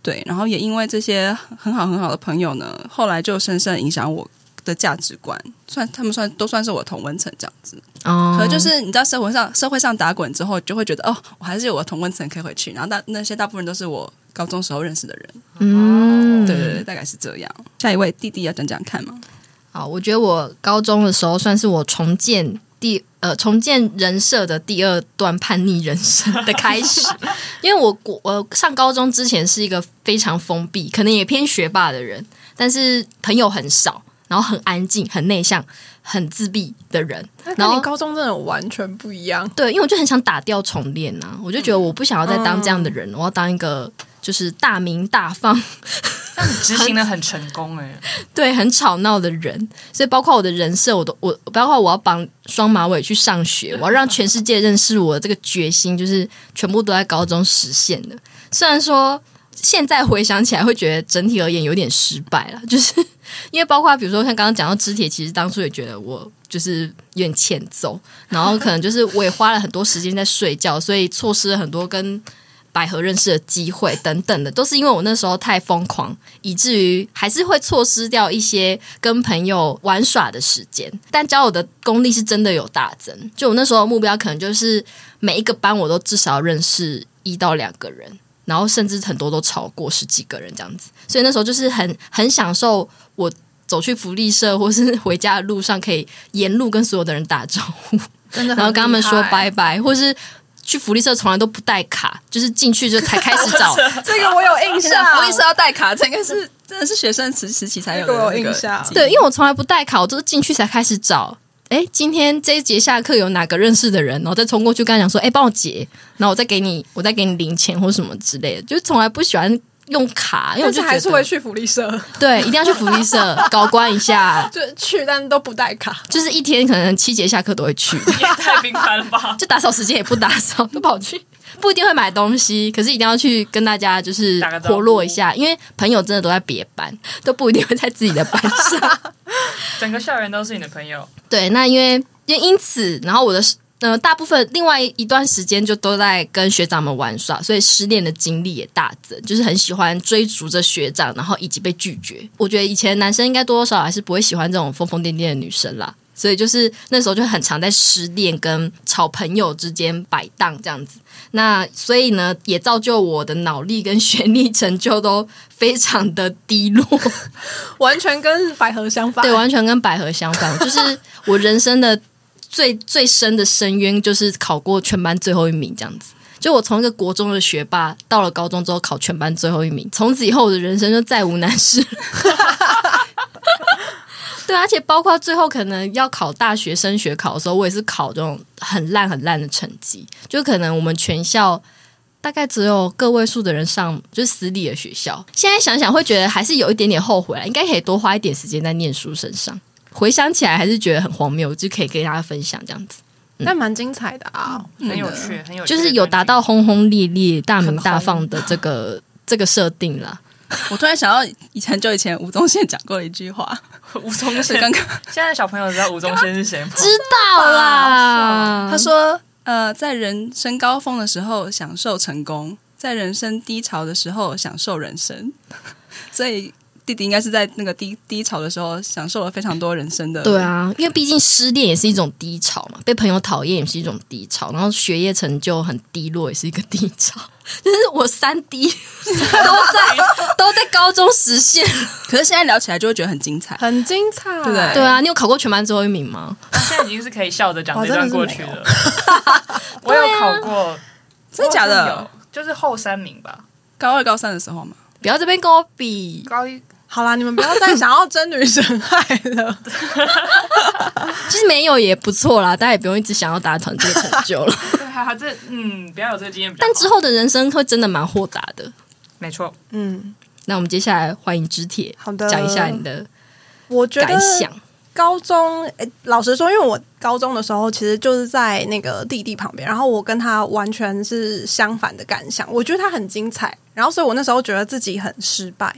Speaker 2: 对，然后也因为这些很好很好的朋友呢，后来就深深影响我的价值观，算他们算都算是我同温层这样子。
Speaker 1: 哦
Speaker 2: 可能就是你知道社会上社会上打滚之后，就会觉得哦，我还是有我的同温层可以回去。然后大那些大部分都是我高中时候认识的人，
Speaker 1: 嗯，
Speaker 2: 对对对，大概是这样。下一位弟弟要讲讲看吗？
Speaker 1: 好，我觉得我高中的时候算是我重建第呃重建人设的第二段叛逆人生的开始，因为我国我上高中之前是一个非常封闭，可能也偏学霸的人，但是朋友很少，然后很安静、很内向、很自闭的人。然
Speaker 4: 然后
Speaker 1: 后
Speaker 4: 你高中真的完全不一样，
Speaker 1: 对，因为我就很想打掉重练啊，我就觉得我不想要再当这样的人，我要当一个就是大名大放、
Speaker 3: 但你执行的很成功哎， <laughs>
Speaker 1: <laughs> 对，很吵闹的人，所以包括我的人设，我都我包括我要绑双马尾去上学，我要让全世界认识我的这个决心，就是全部都在高中实现的。虽然说现在回想起来，会觉得整体而言有点失败了，就是因为包括比如说像刚刚讲到肢铁，其实当初也觉得我就是有点欠揍，然后可能就是我也花了很多时间在睡觉，所以错失了很多跟百合认识的机会等等的，都是因为我那时候太疯狂，以至于还是会错失掉一些跟朋友玩耍的时间。但交友的功力是真的有大增，就我那时候的目标可能就是每一个班我都至少认识一到两个人，然后甚至很多都超过十几个人这样子。所以那时候就是很很享受我走去福利社或是回家的路上，可以沿路跟所有的人打招呼。
Speaker 4: 真的很厉
Speaker 1: <laughs>
Speaker 4: 害。
Speaker 1: 然后跟他们说拜拜，或是去福利社从来都不带卡，就是进去就才开始找。
Speaker 4: 这哎个我有印
Speaker 2: 现在
Speaker 4: 象，
Speaker 2: 福利社要带卡，这应该是真的是学生时时期才有的、
Speaker 4: 这个我
Speaker 2: 那
Speaker 4: 有
Speaker 2: 个
Speaker 4: 印象
Speaker 2: 记忆
Speaker 1: 对，因为我从来不带卡，我都是进去才开始找。哎，今天这一节下课有哪个认识的人，然后再冲过去跟他讲说，哎，帮我结，然后我再给你，我再给你零钱或什么之类的，就是从来不喜欢用卡，因为我
Speaker 4: 但
Speaker 1: 就是觉得
Speaker 4: 还是会去福利社，
Speaker 1: 对，一定要去福利社搞关一下，
Speaker 4: 就去，但都不带卡。
Speaker 1: 就是一天可能七节下课都会去。
Speaker 3: 也太频繁了吧？
Speaker 1: 就打扫时间也不打扫，都跑去，不一定会买东西，可是一定要去跟大家就是
Speaker 3: 打个招呼
Speaker 1: 活络一下，因为朋友真的都在别班，都不一定会在自己的班上。
Speaker 3: 整个校园都是你的朋友，
Speaker 1: 对，那因为因为因此，然后我的呃，大部分另外一段时间就都在跟学长们玩耍，所以失恋的经历也大增，就是很喜欢追逐着学长，然后以及被拒绝。我觉得以前男生应该多多少少还是不会喜欢这种疯疯癫癫的女生啦，所以就是那时候就很常在失恋跟好朋友之间摆荡这样子。那所以呢，也造就我的脑力跟学历成就都非常的低落。
Speaker 4: 完全跟百合相反。
Speaker 1: 对，完全跟百合相反。就是我人生的最最深的深渊，就是考过全班最后一名这样子。就我从一个国中的学霸，到了高中之后考全班最后一名，从此以后我的人生就再无难事了。 <laughs> 对，而且包括最后可能要考大学升学考的时候，我也是考这种很烂很烂的成绩，就可能我们全校大概只有个位数的人上，就是私立的学校。现在想想会觉得还是有一点点后悔了，应该可以多花一点时间在念书身上。回想起来还是觉得很荒谬，就可以跟大家分享这样子，
Speaker 4: 但蛮精彩的啊！
Speaker 3: 很有趣，很有趣，
Speaker 1: 就是有达到轰轰烈烈、大名大放的这个这个设定啦。
Speaker 2: 我突然想到以前很久以前吴宗宪讲过的一句话，
Speaker 3: <laughs> 吴宗
Speaker 2: 是刚
Speaker 3: 宪。
Speaker 2: 刚
Speaker 3: 现在小朋友知道吴宗宪是谁吗？
Speaker 1: 知道啦，
Speaker 2: 他说：“呃，在人生高峰的时候享受成功，在人生低潮的时候享受人生。” <laughs> 所以弟弟应该是在那个低低潮的时候享受了非常多人生的。
Speaker 1: 对，啊，因为毕竟失恋也是一种低潮嘛，被朋友讨厌也是一种低潮，然后学业成就很低落也是一个低潮， <laughs> 就是我三低 <laughs> 都在都在高中实现。
Speaker 2: 可是现在聊起来就会觉得很精彩。
Speaker 4: 很精彩，
Speaker 2: 对不对
Speaker 1: 对啊，你有考过全班最后一名吗？
Speaker 3: 他现在已经是可以笑着讲这段过去
Speaker 4: 哇
Speaker 3: 了。 <laughs> 我有考过，
Speaker 2: 真的假的
Speaker 3: 我好像有？就是后三名吧，
Speaker 2: 高二、高三的时候嘛，
Speaker 1: 不要这边跟我比，
Speaker 3: 高一
Speaker 4: 好啦，你们不要再想要争女神爱了。
Speaker 1: 其实没有也不错啦，大家也不用一直想要达成这个成就
Speaker 4: <laughs>
Speaker 1: 了。
Speaker 3: 对还还这嗯，不要有这个经验比较好。
Speaker 1: 但之后的人生会真的蛮豁达的。
Speaker 3: 没错，
Speaker 4: <laughs> 嗯，
Speaker 1: 那我们接下来欢迎知铁，
Speaker 4: 好的
Speaker 1: 讲一下你的
Speaker 4: 我觉
Speaker 1: 感
Speaker 4: 得
Speaker 1: 想。
Speaker 4: 高中，诶老实说，因为我高中的时候其实就是在那个弟弟旁边，然后我跟他完全是相反的感想。我觉得他很精彩，然后所以我那时候觉得自己很失败。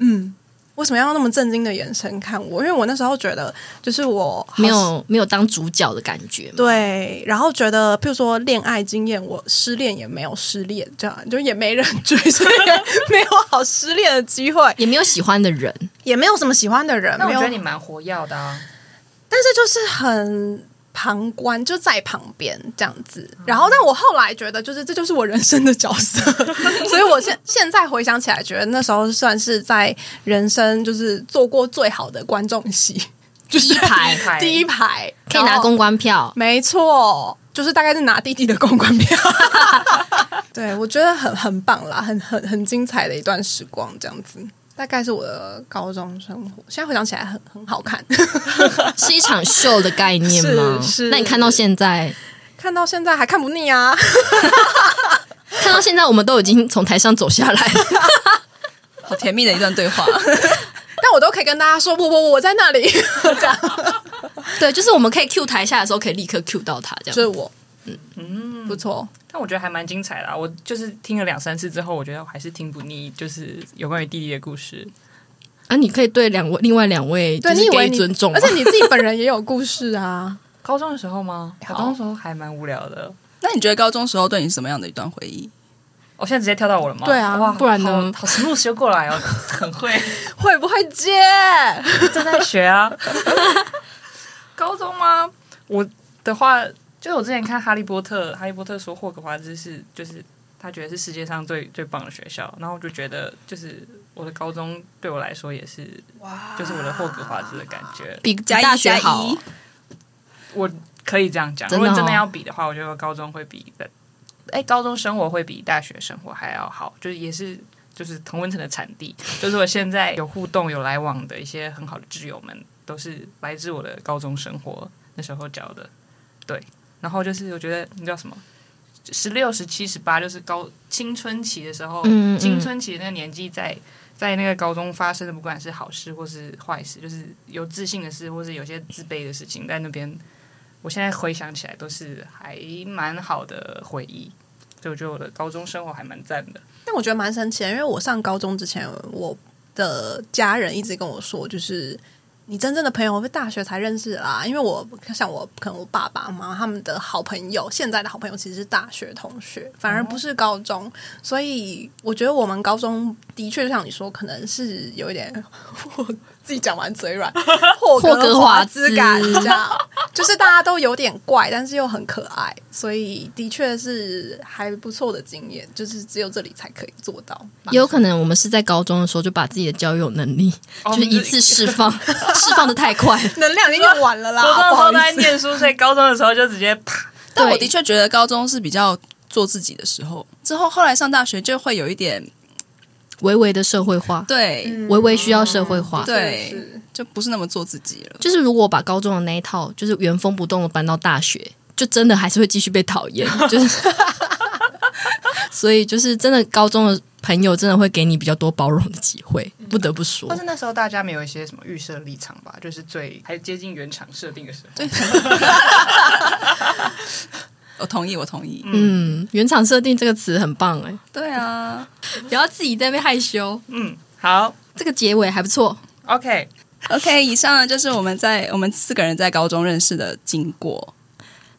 Speaker 4: 嗯，为什么要用那么震惊的眼神看我？因为我那时候觉得，就是我好
Speaker 1: 没有没有当主角的感觉嘛，
Speaker 4: 对，然后觉得，譬如说恋爱经验，我失恋也没有失恋，这样就也没人追，所以也没有好失恋的机会，
Speaker 1: 也没有喜欢的人，
Speaker 4: 也没有什么喜欢的人，
Speaker 3: 那我
Speaker 4: 没
Speaker 3: 觉
Speaker 4: 有
Speaker 3: 得，你蛮活跃的啊。
Speaker 4: 但是就是很旁观，就在旁边这样子。然后，但我后来觉得，就是这就是我人生的角
Speaker 3: <laughs>
Speaker 4: 色，所以我现现在回想起来，觉得那时候算是在人生就是做过最好的观众
Speaker 3: <laughs>
Speaker 4: 席，
Speaker 1: 第一排
Speaker 3: 第一排
Speaker 4: 第一排
Speaker 1: 可以拿
Speaker 4: 然后
Speaker 1: 公关票，
Speaker 4: 没错，就是大概是拿弟弟的公关票。 <laughs> 对，我觉得很很棒啦，很很很精彩的一段时光，这样子。大概是我的高中生活，现在回想起来很很好看。 <laughs>
Speaker 1: 是一场秀的概念吗？
Speaker 4: 是是
Speaker 1: 那你看到现在，
Speaker 4: 看到现在还看不腻啊！
Speaker 1: 看到现在，我们都已经从台上走下来
Speaker 4: <laughs>
Speaker 1: 了。
Speaker 2: 好甜蜜的一段对话。啊
Speaker 4: 但我都可以跟大家说，我我我在那里， <laughs> 这样
Speaker 1: 对，就是我们可以 Q 台下的时候，可以立刻 Q 到他，这
Speaker 4: 就是
Speaker 1: 样。
Speaker 4: 我，嗯不错。
Speaker 3: 但我觉得还蛮精彩的、啊，我就是听了两三次之后，我觉得我还是听不腻，就是有关于弟弟的故事。
Speaker 1: 啊，你可以对两位，另外两位，
Speaker 4: 对
Speaker 1: 就是
Speaker 4: 你以为
Speaker 1: 给
Speaker 4: 你
Speaker 1: 予尊 <laughs> 重吗，
Speaker 4: 而且你自己本人也有故事啊。
Speaker 3: 高中的时候吗？我高中的时候还蛮无聊的。
Speaker 2: <laughs> 那你觉得高中时候对你什么样的一段回忆？
Speaker 3: 我哦现在直接跳到我了吗？
Speaker 4: 对啊
Speaker 3: 哇，
Speaker 1: 不然呢
Speaker 3: 好好 smooth 修过来哦，很会，
Speaker 4: 会不会接？
Speaker 3: 正在学啊。 <laughs> 高中吗？我的话，就是我之前看《哈利波特》，哈利波特说霍格华兹是就是他觉得是世界上最最棒的学校，然后我就觉得就是我的高中对我来说也是，就是我的霍格华兹的感觉。
Speaker 1: 比
Speaker 2: 加一
Speaker 1: 大学好
Speaker 2: 加一
Speaker 1: 哦。
Speaker 3: 我可以这样讲，
Speaker 1: 真的
Speaker 3: 如果真的
Speaker 1: 哦
Speaker 3: 要比的话，我觉得高中会比的，哎，高中生活会比大学生活还要好，就是也是就是同温层的产地，就是我现在有互动、有来往的一些很好的挚友们，都是来自我的高中生活那时候交的，对，然后就是我觉得你知道什么？十六、十七、十八，就是高青春期的时候，
Speaker 1: 嗯嗯
Speaker 3: 青春期那个年纪在，在那个高中发生的，不管是好事或是坏事，就是有自信的事，或是有些自卑的事情，在那边，我现在回想起来都是还蛮好的回忆，所以我觉得我的高中生活还蛮赞的。
Speaker 4: 但我觉得蛮神奇的，因为我上高中之前，我的家人一直跟我说，就是你真正的朋友我在大学才认识的啦，因为我像我可能我爸爸妈妈他们的好朋友，现在的好朋友其实是大学同学，反而不是高中，所以我觉得我们高中的确像你说，可能是有一点 <laughs> 我自己讲完嘴软，霍
Speaker 1: 霍格
Speaker 4: 格
Speaker 1: 华
Speaker 4: 华
Speaker 1: 兹
Speaker 4: 兹感，这样就是大家都有点怪，但是又很可爱，所以的确是还不错的经验，就是只有这里才可以做到吧。
Speaker 1: 也有可能我们是在高中的时候就把自己的交友能力
Speaker 3: 哦
Speaker 1: 就是一次释放，释放的太快。
Speaker 4: 能量已经用完
Speaker 3: <laughs>
Speaker 4: 了啦，
Speaker 3: 高中的
Speaker 4: 啊不
Speaker 3: 时
Speaker 4: 好
Speaker 3: 候
Speaker 4: 意
Speaker 3: 都在
Speaker 4: 思。
Speaker 3: 念书，所以高中的时候就直接啪，
Speaker 2: 但我
Speaker 1: 对
Speaker 2: 的确觉得高中是比较做自己的时候，之后后来上大学就会有一点
Speaker 1: 微微的社会化，
Speaker 2: 对，
Speaker 1: 微微需要社会化。
Speaker 2: 对
Speaker 4: 是
Speaker 2: 就不是那么做自己了。
Speaker 1: 就是如果我把高中的那一套就是原封不动的搬到大学，就真的还是会继续被讨厌。就是，所以就是真的高中的朋友真的会给你比较多包容的机会，不得不说
Speaker 3: 或。是那时候大家没有一些什么预设立场吧，就是最还接近原厂设定的时候。
Speaker 2: 我同意，我同意。
Speaker 1: 嗯，原厂设定这个词很棒哎、
Speaker 2: 对啊，
Speaker 1: 不要自己在那边害羞。
Speaker 3: 嗯，好
Speaker 1: 这个结尾还不错，
Speaker 3: ，OK，
Speaker 2: OK，以上呢就是我们在我们四个人在高中认识的经过。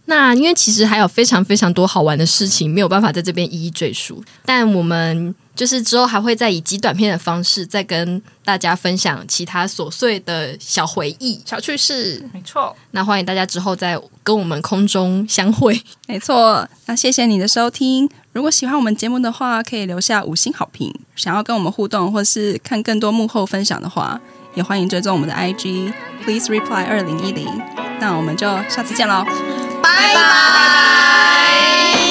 Speaker 1: 那因为其实还有非常非常多好玩的事情，没有办法在这边一一赘述。但我们就是之后还会再以极短片的方式，再跟大家分享其他琐碎的小回忆。
Speaker 4: 小趣事，
Speaker 3: 没错，
Speaker 1: 那欢迎大家之后再跟我们空中相会。
Speaker 2: 没错，那谢谢你的收听。如果喜欢我们节目的话，可以留下五星好评。想要跟我们互动或是看更多幕后分享的话，也欢迎追踪我们的 IG。Please reply 二零一零。那我们就下次见喽。
Speaker 4: 拜拜。